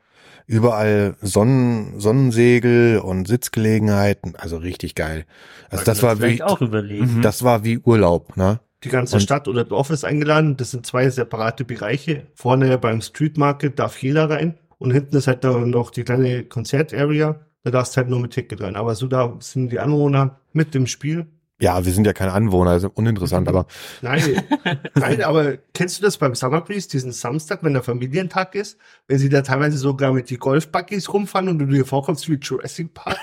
Speaker 6: Überall Sonnen, Sonnensegel und Sitzgelegenheiten, also richtig geil. Also das war
Speaker 4: Vielleicht
Speaker 6: wie,
Speaker 4: auch Mhm. überlegen.
Speaker 6: das war wie Urlaub, ne?
Speaker 7: Die ganze Stadt oder Dorf ist eingeladen. Das sind zwei separate Bereiche. Vorne beim Street Market darf jeder rein. Und hinten ist halt dann noch die kleine Konzert-Area. Da darfst halt nur mit Ticket rein. Aber so da sind die Anwohner mit im Spiel.
Speaker 6: Ja, wir sind ja keine Anwohner, also
Speaker 4: Mhm.
Speaker 6: uninteressant, aber
Speaker 7: Nein, nein, aber kennst du das beim Summer Breeze, diesen Samstag, wenn der Familientag ist, wenn sie da teilweise sogar mit die Golfbuggies rumfahren und du dir vorkommst wie Jurassic Park?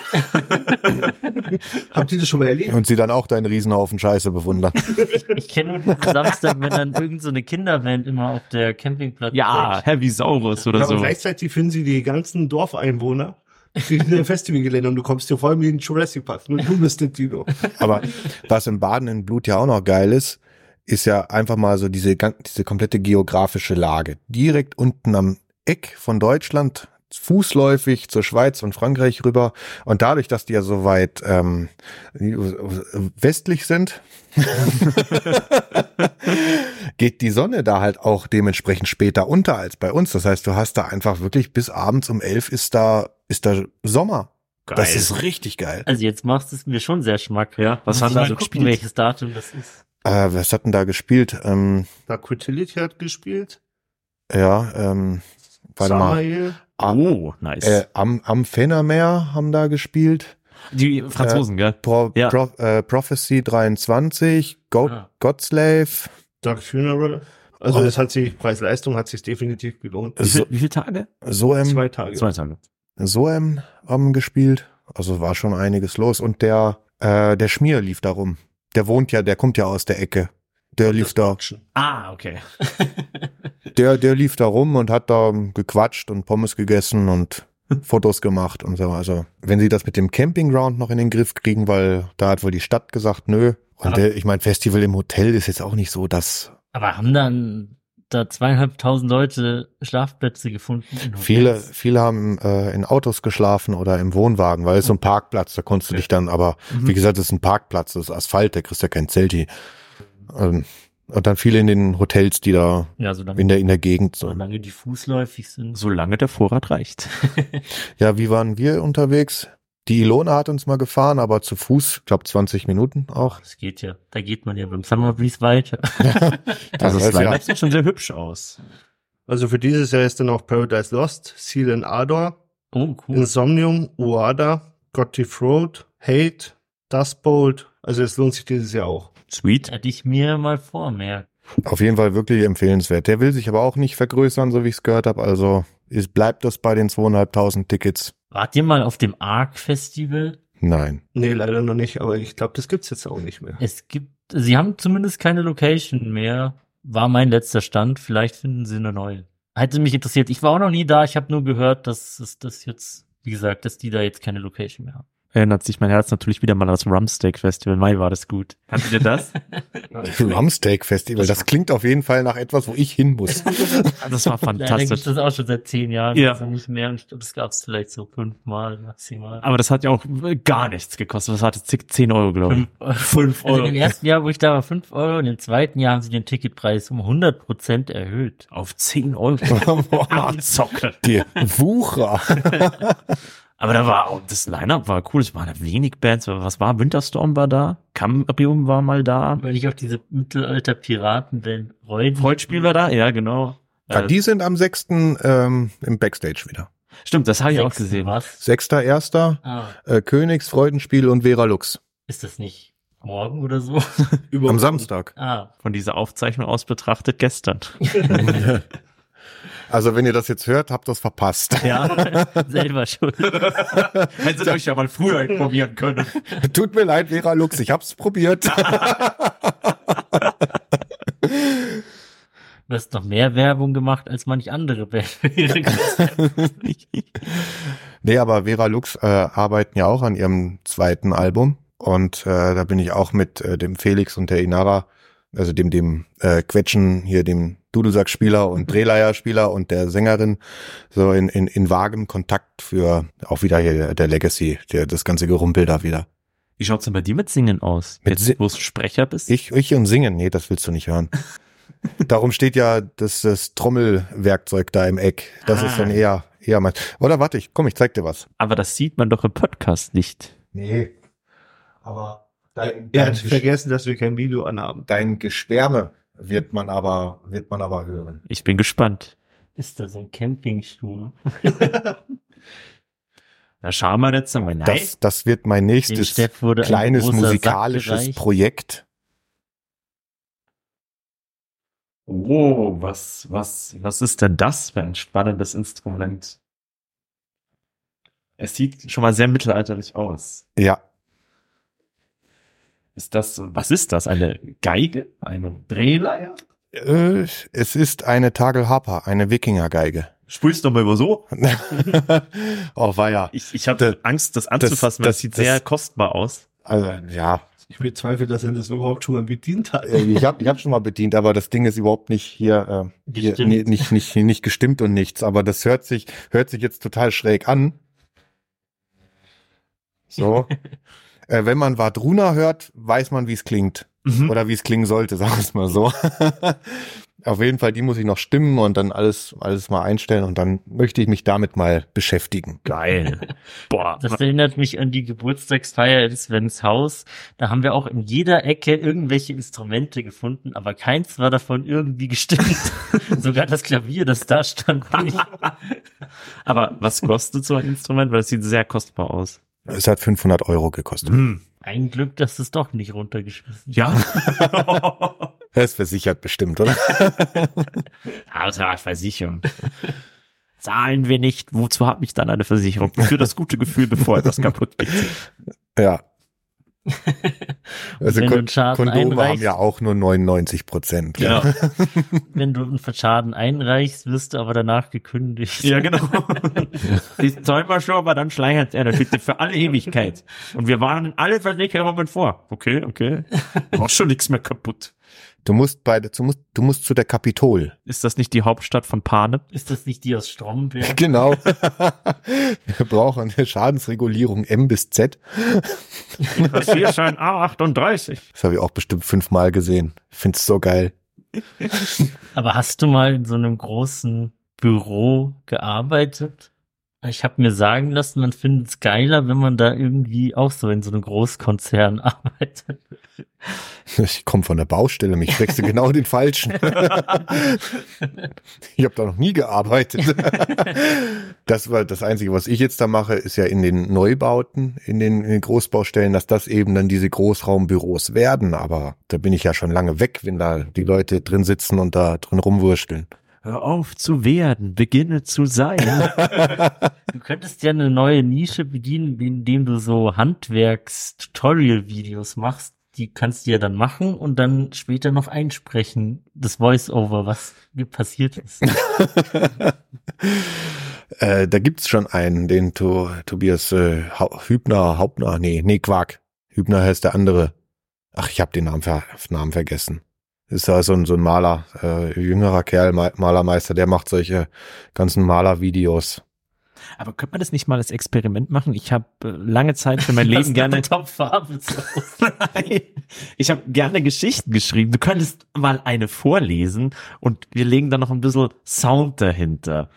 Speaker 7: Habt ihr das schon mal erlebt?
Speaker 6: und sie dann auch deinen Riesenhaufen Scheiße bewundern. Mhm.
Speaker 4: Ich kenne nur diesen Samstag, wenn dann irgend so eine Kinderband immer auf der Campingplatz
Speaker 9: Ja, Heavy Saurus oder
Speaker 7: Ja,
Speaker 9: so.
Speaker 7: aber gleichzeitig finden sie die ganzen Dorfeinwohner in ein Festivalgelände und du kommst dir vor allem wie in Jurassic Park. Nur du bist der Dino.
Speaker 6: Aber was im Baden in Blut ja auch noch geil ist, ist ja einfach mal so diese, gan- diese komplette geografische Lage. Direkt unten am Eck von Deutschland, fußläufig zur Schweiz und Frankreich rüber. Und dadurch, dass die ja so weit ähm, westlich sind, geht die Sonne da halt auch dementsprechend später unter als bei uns. Das heißt, du hast da einfach wirklich bis abends um elf ist da, ist da Sommer. Das ist richtig geil.
Speaker 4: Also jetzt machst du es mir schon sehr schmack. Ja,
Speaker 9: was haben
Speaker 4: ich
Speaker 9: da
Speaker 4: mal
Speaker 9: so
Speaker 4: gucken,
Speaker 9: gespielt?
Speaker 4: welches Datum das ist.
Speaker 6: Äh, was hat denn da gespielt? Ähm,
Speaker 7: Da Quintility hat gespielt.
Speaker 6: Ja, ähm, warte mal.
Speaker 7: Samael.
Speaker 9: Oh, nice.
Speaker 6: Äh, am, am Fennermeer haben da gespielt.
Speaker 9: die Franzosen, gell?
Speaker 6: Pro,
Speaker 9: Ja.
Speaker 6: Pro, äh, Prophecy 23, Go,
Speaker 4: Ah.
Speaker 6: Godslave.
Speaker 7: Dark Funeral.
Speaker 9: Oh.
Speaker 7: Also das hat sich, Preis-Leistung hat sich definitiv gelohnt.
Speaker 9: Wie,
Speaker 6: So,
Speaker 9: viel, wie viele Tage?
Speaker 6: Soem,
Speaker 7: Zwei Tage.
Speaker 9: Ähm, Zwei Tage.
Speaker 6: Soem haben gespielt. Also war schon einiges los. Und der, äh, der Schmier lief da rum. Der wohnt ja, der kommt ja aus der Ecke. Der lief da,
Speaker 9: Ah, okay.
Speaker 6: der, der lief da rum und hat da gequatscht und Pommes gegessen und Fotos gemacht und so. Also, wenn sie das mit dem Campingground noch in den Griff kriegen, weil da hat wohl die Stadt gesagt, nö. Und
Speaker 4: Aber-
Speaker 6: der, ich meine, Festival im Hotel ist jetzt auch nicht so das.
Speaker 4: Aber haben dann da zweieinhalbtausend Leute Schlafplätze gefunden. in Hotels.
Speaker 6: Viele, viele haben äh, in Autos geschlafen oder im Wohnwagen, weil es so ein Parkplatz, da konntest du dich dann, aber wie gesagt, es ist ein Parkplatz, es ist Asphalt, da kriegst du ja kein Zelti. Ähm, und dann viele in den Hotels, die da
Speaker 4: Ja, solange,
Speaker 6: in der, in der Gegend sind.
Speaker 4: solange die fußläufig sind.
Speaker 5: Solange der Vorrat reicht.
Speaker 6: Ja, wie waren wir unterwegs? Die Ilona hat uns mal gefahren, aber zu Fuß, ich glaube 20 Minuten auch.
Speaker 4: Das geht ja. Da geht man ja beim Summer Breeze weiter.
Speaker 6: Das ist
Speaker 5: leider-
Speaker 6: ja,
Speaker 5: sieht schon sehr hübsch aus.
Speaker 7: Also für dieses Jahr ist dann auch Paradise Lost, Seal and Ardor,
Speaker 4: Oh,
Speaker 7: Hm.
Speaker 4: cool.
Speaker 7: Insomnium, Uada, Gottief Road, Hate, Dustbolt. Also es lohnt sich dieses Jahr auch.
Speaker 5: Sweet.
Speaker 4: Hätte ich mir mal vormerkt.
Speaker 6: auf jeden Fall wirklich empfehlenswert. Der will sich aber auch nicht vergrößern, so wie ich es gehört habe. Also es bleibt das bei den 2.500 Tickets.
Speaker 4: Wart ihr mal auf dem Arc Festival?
Speaker 6: Nein.
Speaker 7: Nee, leider noch nicht, aber ich glaube, das gibt's jetzt auch nicht mehr.
Speaker 4: Es gibt, sie haben zumindest keine Location mehr. War mein letzter Stand. Vielleicht finden sie eine neue. Hätte mich interessiert. Ich war auch noch nie da. Ich habe nur gehört, dass es das jetzt, wie gesagt, dass die da jetzt keine Location mehr haben.
Speaker 5: Erinnert sich mein Herz natürlich wieder mal an das Rumsteak Festival. Mai war das gut. Hattet ihr das?
Speaker 6: Rumsteak Festival, das klingt auf jeden Fall nach etwas, wo ich hin muss.
Speaker 5: Das war
Speaker 4: Leider gibt
Speaker 5: fantastisch.
Speaker 4: das auch schon seit zehn Jahren.
Speaker 5: Ja.
Speaker 4: Also nicht mehr. Und ich glaube, das gab es vielleicht so fünfmal maximal.
Speaker 5: Aber das hat ja auch gar nichts gekostet. Das hatte zig- 10 Euro, glaube ich.
Speaker 4: Fünf Euro. Also im ersten Jahr, wo ich da war, fünf Euro. Und im zweiten Jahr haben sie den Ticketpreis um 100 Prozent erhöht.
Speaker 5: Auf 10 Euro. Abzocke.
Speaker 6: Die Wucher.
Speaker 5: Aber da war auch, das Line-Up war cool. Es waren wenig Bands. Was war? Winterstorm war da. Cambrium war mal da.
Speaker 4: Weil ich auf diese Mittelalter-Piratenwelt Reuden.
Speaker 5: Freudspiel war da. Ja, genau.
Speaker 6: Ja,
Speaker 5: Äh,
Speaker 6: die sind am 6. Ähm, im Backstage wieder.
Speaker 5: Stimmt, das habe ich auch
Speaker 4: Sechsten
Speaker 5: gesehen.
Speaker 4: Was?
Speaker 6: 6.1.
Speaker 4: Ah,
Speaker 6: Äh, Königs, Freudenspiel und Vera Lux.
Speaker 4: ist das nicht morgen oder so?
Speaker 6: Am Samstag.
Speaker 4: ah,
Speaker 5: Von dieser Aufzeichnung aus betrachtet gestern.
Speaker 6: Also wenn ihr das jetzt hört, habt das verpasst.
Speaker 4: ja, selber schuld.
Speaker 5: Hättet ihr euch ja mal früher informieren können.
Speaker 6: Tut mir leid, Vera Lux, ich hab's probiert.
Speaker 4: Du hast noch mehr Werbung gemacht als manch andere Band für ihre Konzerte.
Speaker 6: Nee, aber Vera Lux äh, arbeiten ja auch an ihrem zweiten Album. Und äh, da bin ich auch mit äh, dem Felix und der Inara, also dem, dem äh, Quetschen, hier dem Dudelsack-Spieler und Drehleier-Spieler und der Sängerin, so in, in, in vagem Kontakt für auch wieder hier der- der Legacy, der, das ganze Gerumpel da wieder.
Speaker 5: Wie schaut's denn bei dir mit Singen aus?
Speaker 6: Mit Si-
Speaker 5: Jetzt, wo du Sprecher bist?
Speaker 6: Ich, ich und singen, nee, das willst du nicht hören. Darum steht ja das, das Trommelwerkzeug da im Eck. Das ist
Speaker 5: Ah.
Speaker 6: dann eher, eher mein. Oder warte ich, komm, ich zeig dir was.
Speaker 5: Aber das sieht man doch im Podcast nicht.
Speaker 6: Nee. Aber dein,
Speaker 7: Er hat vergessen, dass wir kein Video anhaben.
Speaker 6: dein Geschwärme wird man aber, wird man aber hören.
Speaker 5: Ich bin gespannt.
Speaker 4: Ist da so ein Campingstuhl?
Speaker 5: Da schauen wir jetzt mal. Nein.
Speaker 6: Das, das wird mein
Speaker 4: Dem
Speaker 6: nächstes
Speaker 4: Steff wurde ein
Speaker 6: kleines
Speaker 4: großer Sack
Speaker 6: musikalisches
Speaker 4: gereicht.
Speaker 6: Projekt.
Speaker 5: oh, was, was, was ist denn das für ein spannendes Instrument? Es sieht schon mal sehr mittelalterlich aus.
Speaker 6: Ja,
Speaker 5: Ist das, was ist das? Eine Geige? Eine Drehleier?
Speaker 6: äh, es ist eine Tagelharper, eine Wikingergeige.
Speaker 5: Sprühst doch mal über so.
Speaker 6: oh, war ja.
Speaker 5: Ich, ich hatte Angst, das anzufassen, weil
Speaker 6: das-
Speaker 5: das sieht
Speaker 6: das-
Speaker 5: sehr kostbar aus.
Speaker 6: Also, ja.
Speaker 7: Ich bezweifle, dass er das überhaupt schon mal bedient hat.
Speaker 6: Äh, Ich habe ich hab schon mal bedient, aber das Ding ist überhaupt nicht hier, äh, hier
Speaker 4: Gestimmt.
Speaker 6: nee, nicht, nicht, nicht gestimmt und nichts. Aber das hört sich, hört sich jetzt total schräg an. So. äh, wenn man Vadruna hört, weiß man, wie es klingt. Oder wie es klingen sollte, sagen wir es mal so. Auf jeden Fall, die muss ich noch stimmen und dann alles, alles mal einstellen und dann möchte ich mich damit mal beschäftigen.
Speaker 5: Geil. Boah.
Speaker 4: Das erinnert mich an die Geburtstagsfeier in Svens Haus. Da haben wir auch in jeder Ecke irgendwelche Instrumente gefunden, aber keins war davon irgendwie gestimmt. Sogar das Klavier, das da stand, nicht.
Speaker 5: Aber was kostet so ein Instrument? Weil das sieht sehr kostbar aus.
Speaker 6: Es hat 500 Euro gekostet.
Speaker 4: Ein Glück, dass es doch nicht runtergeschmissen
Speaker 5: Ja.
Speaker 6: Das ist versichert bestimmt, oder?
Speaker 5: Alter, Versicherung. Zahlen wir nicht. Wozu hat mich dann eine Versicherung? Für das gute Gefühl, bevor etwas kaputt geht.
Speaker 6: Ja. Also
Speaker 4: wenn du einen Schaden
Speaker 6: Kondome haben
Speaker 4: einreichst-
Speaker 6: ja auch nur 99 Prozent.
Speaker 5: Ja,
Speaker 4: Wenn du einen Schaden einreichst, wirst du aber danach gekündigt.
Speaker 5: ja genau. Die Zäumershow, aber dann schleichert er natürlich für alle Ewigkeit. Und wir warnen alle Versicherungen vor. Okay, okay. Auch schon nichts mehr kaputt.
Speaker 6: Du musst bei, du musst, du musst zu der Kapitol.
Speaker 5: Ist das nicht die Hauptstadt von Panem?
Speaker 4: Ist das nicht die aus Stromberg?
Speaker 6: Genau. Wir brauchen eine Schadensregulierung M bis Z.
Speaker 5: Das hier ist ein A38.
Speaker 6: Das habe ich auch bestimmt fünfmal gesehen. Find's so geil.
Speaker 4: Aber hast du mal in so einem großen Büro gearbeitet? Ich habe mir sagen lassen, man findet es geiler, wenn man da irgendwie auch so in so einem Großkonzern arbeitet.
Speaker 6: Ich komme von der Baustelle, mich kriegst du genau den falschen. ich habe da noch nie gearbeitet. das war das Einzige, was ich jetzt da mache, ist ja in den Neubauten, in den, in den Großbaustellen, dass das eben dann diese Großraumbüros werden. Aber da bin ich ja schon lange weg, wenn da die Leute drin sitzen und da drin rumwurschteln.
Speaker 5: Hör auf zu werden, beginne zu sein.
Speaker 4: du könntest ja eine neue Nische bedienen, indem du so Handwerks-Tutorial-Videos machst. Die kannst du ja dann machen und dann später noch einsprechen. Das Voice-Over, was passiert ist.
Speaker 6: äh, da gibt's schon einen, den to Tobias äh, Hübner, Hauptner, nee, nee, Quark. Hübner heißt der andere. Ach, ich habe den Namen, ver Namen vergessen ist da so ein, so ein Maler, äh, jüngerer Kerl, Ma Malermeister, der macht solche ganzen Malervideos.
Speaker 5: Aber könnte man das nicht mal als Experiment machen? Ich habe äh, lange Zeit für mein Leben gerne
Speaker 4: Topfarbe.
Speaker 5: Nein. ich habe gerne Geschichten geschrieben. Du könntest mal eine vorlesen und wir legen dann noch ein bisschen Sound dahinter.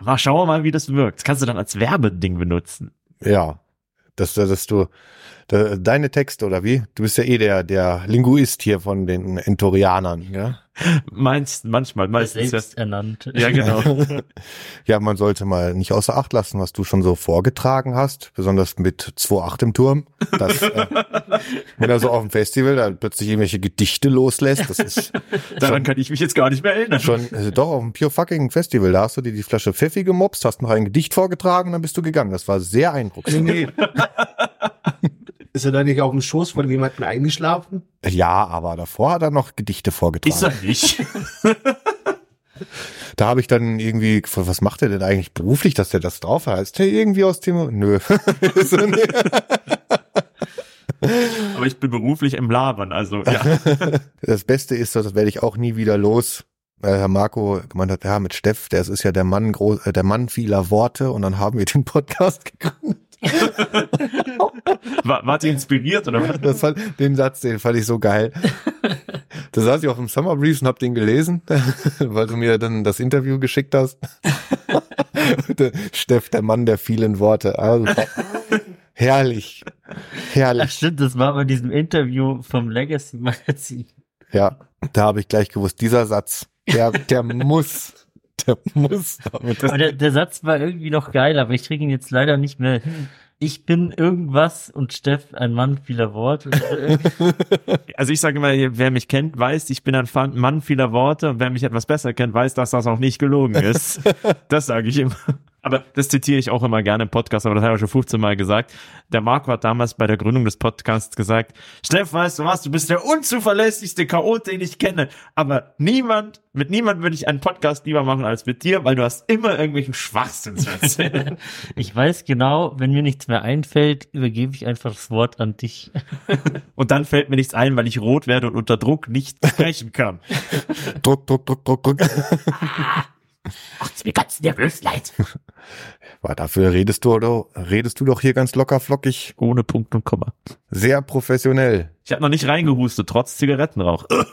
Speaker 5: Mal schauen wir mal, wie das wirkt. Das kannst du dann als Werbeding benutzen.
Speaker 6: Ja, dass, dass du de, deine Texte oder wie? Du bist ja eh der, der Linguist hier von den Entorianern, ja?
Speaker 5: Meinst, manchmal, meistens.
Speaker 4: Selbst ernannt.
Speaker 5: Ja, genau.
Speaker 6: ja, man sollte mal nicht außer Acht lassen, was du schon so vorgetragen hast, besonders mit 2.8 im Turm. Dass, äh, wenn er so auf dem Festival dann plötzlich irgendwelche Gedichte loslässt, das ist.
Speaker 5: Daran kann ich mich jetzt gar nicht mehr erinnern.
Speaker 6: Schon, also doch, auf dem Pure Fucking Festival, da hast du dir die Flasche Pfeffi gemobst, hast noch ein Gedicht vorgetragen, dann bist du gegangen. Das war sehr eindrucksvoll.
Speaker 7: Nee. Ist er da nicht auf dem Schoß von jemandem eingeschlafen?
Speaker 6: Ja, aber davor hat er noch Gedichte vorgetragen.
Speaker 5: Ist er nicht?
Speaker 6: da habe ich dann irgendwie, was macht er denn eigentlich beruflich, dass der das drauf heißt? Hey, irgendwie aus dem, nö.
Speaker 5: aber ich bin beruflich im Labern, also, ja.
Speaker 6: Das Beste ist, das werde ich auch nie wieder los weil Herr Marco gemeint hat, ja, mit Steff, der ist ja der Mann groß, äh, der Mann vieler Worte und dann haben wir den Podcast gegründet.
Speaker 5: war, wart ihr inspiriert oder was?
Speaker 6: Das fand, den Satz, den fand ich so geil. Da saß ich auf dem Summer Breeze und hab den gelesen, weil du mir dann das Interview geschickt hast. der Steff, der Mann der vielen Worte. Also, herrlich. Herrlich.
Speaker 4: Ach stimmt, das war bei diesem Interview vom Legacy Magazin.
Speaker 6: Ja, da habe ich gleich gewusst, dieser Satz, der, der muss. Der muss.
Speaker 4: Aber der, der Satz war irgendwie noch geil, aber ich kriege ihn jetzt leider nicht mehr. Ich bin irgendwas und Steff ein Mann vieler Worte.
Speaker 5: Also ich sage mal, wer mich kennt, weiß, ich bin ein Mann vieler Worte und wer mich etwas besser kennt, weiß, dass das auch nicht gelogen ist. Das sage ich immer. Aber das zitiere ich auch immer gerne im Podcast, aber das habe ich schon 15 Mal gesagt. Der Marco hat damals bei der Gründung des Podcasts gesagt, Steff, weißt du was, du bist der unzuverlässigste Chaot, den ich kenne. Aber niemand, mit niemand würde ich einen Podcast lieber machen als mit dir, weil du hast immer irgendwelchen Schwachsinn zu erzählen.
Speaker 4: ich weiß genau, wenn mir nichts mehr einfällt, übergebe ich einfach das Wort an dich.
Speaker 5: und dann fällt mir nichts ein, weil ich rot werde und unter Druck nicht sprechen kann.
Speaker 6: Druck, Druck, Druck, Druck, Druck.
Speaker 4: Macht's mir ganz nervös leid.
Speaker 6: Aber dafür redest du, doch, redest du doch hier ganz locker flockig.
Speaker 5: Ohne Punkt und Komma.
Speaker 6: Sehr professionell.
Speaker 5: Ich habe noch nicht reingehustet, trotz Zigarettenrauch.
Speaker 6: Ah.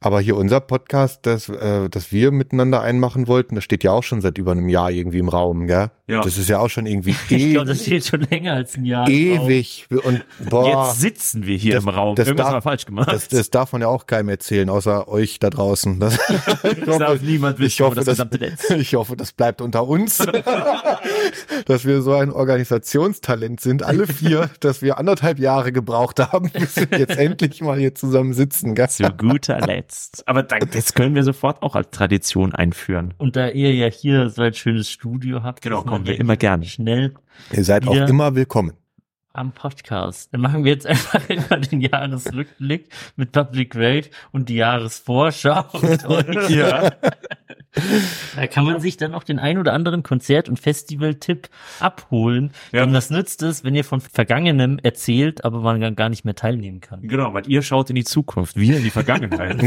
Speaker 6: Aber hier unser Podcast, das, äh, das wir miteinander einmachen wollten, das steht ja auch schon seit über einem Jahr irgendwie im Raum, gell?
Speaker 5: Ja.
Speaker 6: Das ist ja auch schon irgendwie
Speaker 4: Ich glaube, das steht schon länger als ein Jahr.
Speaker 6: ewig. Und boah,
Speaker 5: Jetzt sitzen wir hier
Speaker 6: Das-
Speaker 5: im Raum.
Speaker 6: das
Speaker 5: Irgendwas
Speaker 6: darf-
Speaker 5: haben wir falsch gemacht.
Speaker 6: das, das darf man ja auch keinem erzählen, außer euch da draußen. Das, ich
Speaker 5: Das darf niemand wissen
Speaker 6: ich hoffe,
Speaker 5: über das
Speaker 6: das,
Speaker 5: gesamte Netz.
Speaker 6: ich hoffe, das bleibt unter uns, dass wir so ein Organisationstalent sind, alle vier, dass wir anderthalb Jahre gebraucht haben, bis wir jetzt endlich mal hier zusammen sitzen. Gell?
Speaker 5: Zu guter Letzt. Aber dann, das können wir sofort auch als Tradition einführen.
Speaker 4: Und da ihr ja hier so ein schönes Studio habt,
Speaker 5: Genau,
Speaker 4: ist man
Speaker 5: kommen wir
Speaker 4: ja
Speaker 5: immer gerne.
Speaker 4: Schnell.
Speaker 6: Ihr seid auch
Speaker 4: Ja.
Speaker 6: immer willkommen.
Speaker 4: am Podcast. Dann machen wir jetzt einfach immer den Jahresrückblick mit Public Welt und die Jahresvorschau. mit euch.
Speaker 5: Ja.
Speaker 4: Da kann man sich dann auch den ein oder anderen Konzert- und Festival-Tipp abholen.
Speaker 5: Ja.
Speaker 4: Denn was nützt es, wenn ihr von Vergangenem erzählt, aber man gar- gar nicht mehr teilnehmen kann?
Speaker 5: Genau, weil ihr schaut in die Zukunft, wir in die Vergangenheit.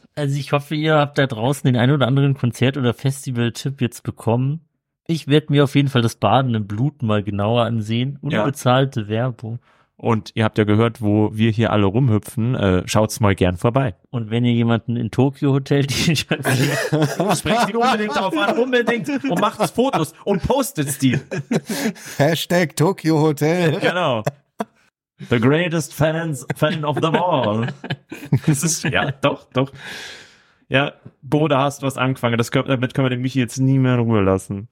Speaker 4: Also ich hoffe, ihr habt da draußen den ein oder anderen Konzert- oder Festival-Tipp jetzt bekommen. Ich werde mir auf jeden Fall das Baden im Blut mal genauer ansehen.
Speaker 5: Ja.
Speaker 4: Unbezahlte Werbung.
Speaker 5: Und ihr habt ja gehört, wo wir hier alle rumhüpfen. Äh, schaut's mal gern vorbei.
Speaker 4: Und wenn ihr jemanden in Tokio Hotel T-Shirt seht,
Speaker 5: Sprecht ihn unbedingt drauf an, unbedingt. Und macht Fotos und postet's die.
Speaker 6: Hashtag Tokyo Hotel.
Speaker 5: Genau. The greatest fans, fan of them all. Das ist, ja, doch, doch. Ja, Bode hast was angefangen. Das, können- damit können wir den Michi jetzt nie mehr in Ruhe lassen.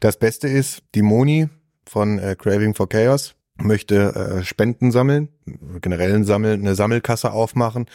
Speaker 6: Das Beste ist, die Moni von äh, Craving for Chaos möchte äh, Spenden sammeln, generell sammeln, eine Sammelkasse aufmachen,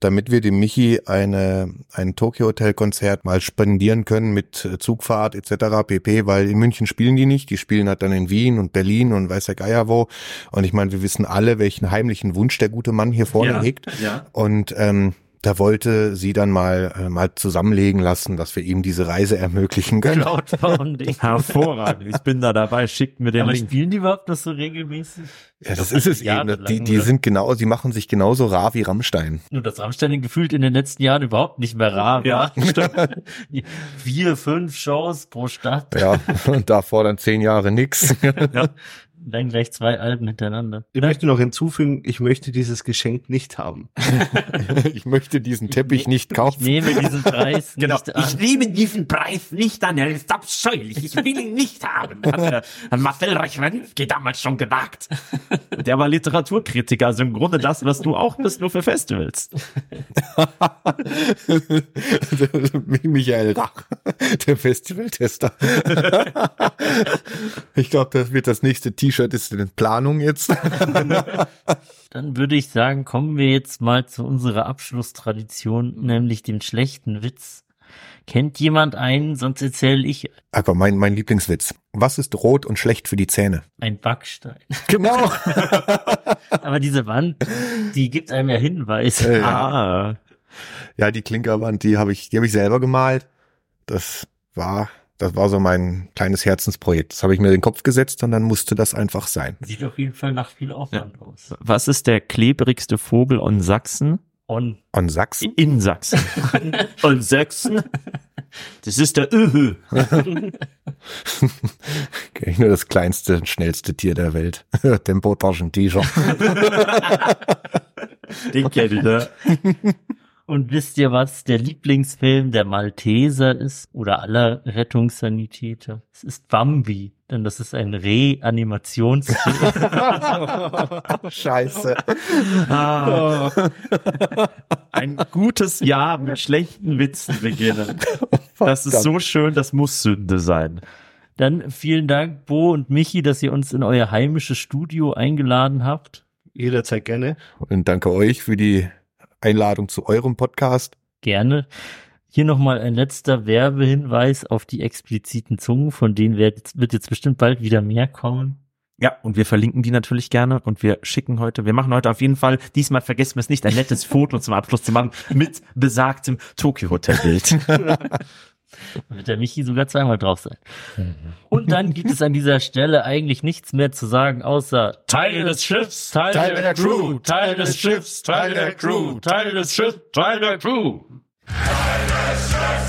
Speaker 6: damit wir dem Michi eine, ein Tokyo Hotel Konzert mal spendieren können mit äh, Zugfahrt etc. pp, weil in München spielen die nicht, die spielen halt dann in Wien und Berlin und weiß der Geier wo und ich meine, wir wissen alle, welchen heimlichen Wunsch der gute Mann hier vorne
Speaker 5: Ja.
Speaker 6: hegt
Speaker 5: Ja.
Speaker 6: und ähm, da wollte sie dann mal äh, mal zusammenlegen lassen, dass wir ihm diese Reise ermöglichen können.
Speaker 4: Crowdfunding.
Speaker 5: Hervorragend. Ich bin da dabei. Schickt mir den
Speaker 4: Aber
Speaker 5: Link.
Speaker 4: spielen die überhaupt noch so regelmäßig?
Speaker 6: Ja, das
Speaker 4: Das
Speaker 6: ist es
Speaker 4: ist jahrelang,
Speaker 6: eben. Die, die
Speaker 4: oder?
Speaker 6: sind genau, die machen sich genauso rar wie Rammstein.
Speaker 4: Nur das Rammstein gefühlt in den letzten Jahren überhaupt nicht mehr rar war. Ja. Vier, fünf Shows pro Stadt,
Speaker 6: Ja, und davor dann zehn Jahre nix.
Speaker 4: dann gleich zwei Alben hintereinander.
Speaker 7: Ich möchte noch hinzufügen, ich möchte dieses Geschenk nicht haben.
Speaker 6: Ich möchte diesen Teppich nicht
Speaker 4: Ich
Speaker 6: kaufen.
Speaker 4: nehme diesen Preis nicht an.
Speaker 5: nehme diesen Preis nicht an, er ist abscheulich. Ich will ihn nicht haben. Hat äh, Marcel Reichrenzky damals schon gesagt. Der war Literaturkritiker, also im Grunde das, was du auch bist, nur für Festivals.
Speaker 6: Michael Rach, der Festivaltester. Ich glaube, das wird das nächste T-Shirt ist in Planung jetzt.
Speaker 4: Dann würde ich sagen, kommen wir jetzt mal zu unserer Abschlusstradition, nämlich dem schlechten Witz. Kennt jemand einen, sonst erzähle ich
Speaker 6: Ach Ah, komm, mein, mein Lieblingswitz. Was ist rot und schlecht für die Zähne?
Speaker 4: einen Backstein.
Speaker 6: Genau.
Speaker 4: Aber diese Wand, die gibt einem ja Hinweise.
Speaker 6: Ja,
Speaker 5: Ah,
Speaker 6: ja die Klinkerwand, die habe ich, die habe ich selber gemalt. Das war, das war so mein kleines Herzensprojekt. Das habe ich mir in den Kopf gesetzt und dann musste das einfach sein.
Speaker 4: Sieht auf jeden Fall nach viel Aufwand aus.
Speaker 5: was ist der klebrigste Vogel in Sachsen?
Speaker 4: On.
Speaker 6: On Sachsen?
Speaker 5: In Sachsen. In Sachsen? Das ist der Öhö.
Speaker 6: Okay, nur das kleinste, schnellste Tier der Welt. Tempotaschen-T-Shirt.
Speaker 5: Den kenn ich, ne?
Speaker 4: Und wisst ihr, was der Lieblingsfilm der Malteser ist oder aller Rettungssanitäter? Es ist Bambi, denn das ist ein Reanimationsfilm.
Speaker 6: Scheiße.
Speaker 5: Ah. Ein gutes Jahr mit schlechten Witzen beginnen. Das ist so schön, das muss Sünde sein.
Speaker 4: Dann vielen Dank, Bo und Michi, dass ihr uns in euer heimisches Studio eingeladen habt.
Speaker 7: Jederzeit gerne.
Speaker 6: Und danke euch für die Einladung zu eurem Podcast.
Speaker 4: Gerne. Hier nochmal ein letzter Werbehinweis auf die expliziten Zungen, von denen wird jetzt, wird jetzt bestimmt bald wieder mehr kommen.
Speaker 5: Ja, und wir verlinken die natürlich gerne und wir schicken heute, wir machen heute auf jeden Fall, diesmal vergessen wir es nicht, ein nettes Foto zum Abschluss zu machen mit besagtem Tokio-Hotel-Bild.
Speaker 4: Da wird der Michi sogar zweimal drauf sein. Und dann gibt es an dieser Stelle eigentlich nichts mehr zu sagen, außer Teil des Schiffs, Teil, der Crew, Teil des Schiffs, Teil der Crew, Teil des Schiffs, Teil der Crew.
Speaker 2: Teil des Schiffs,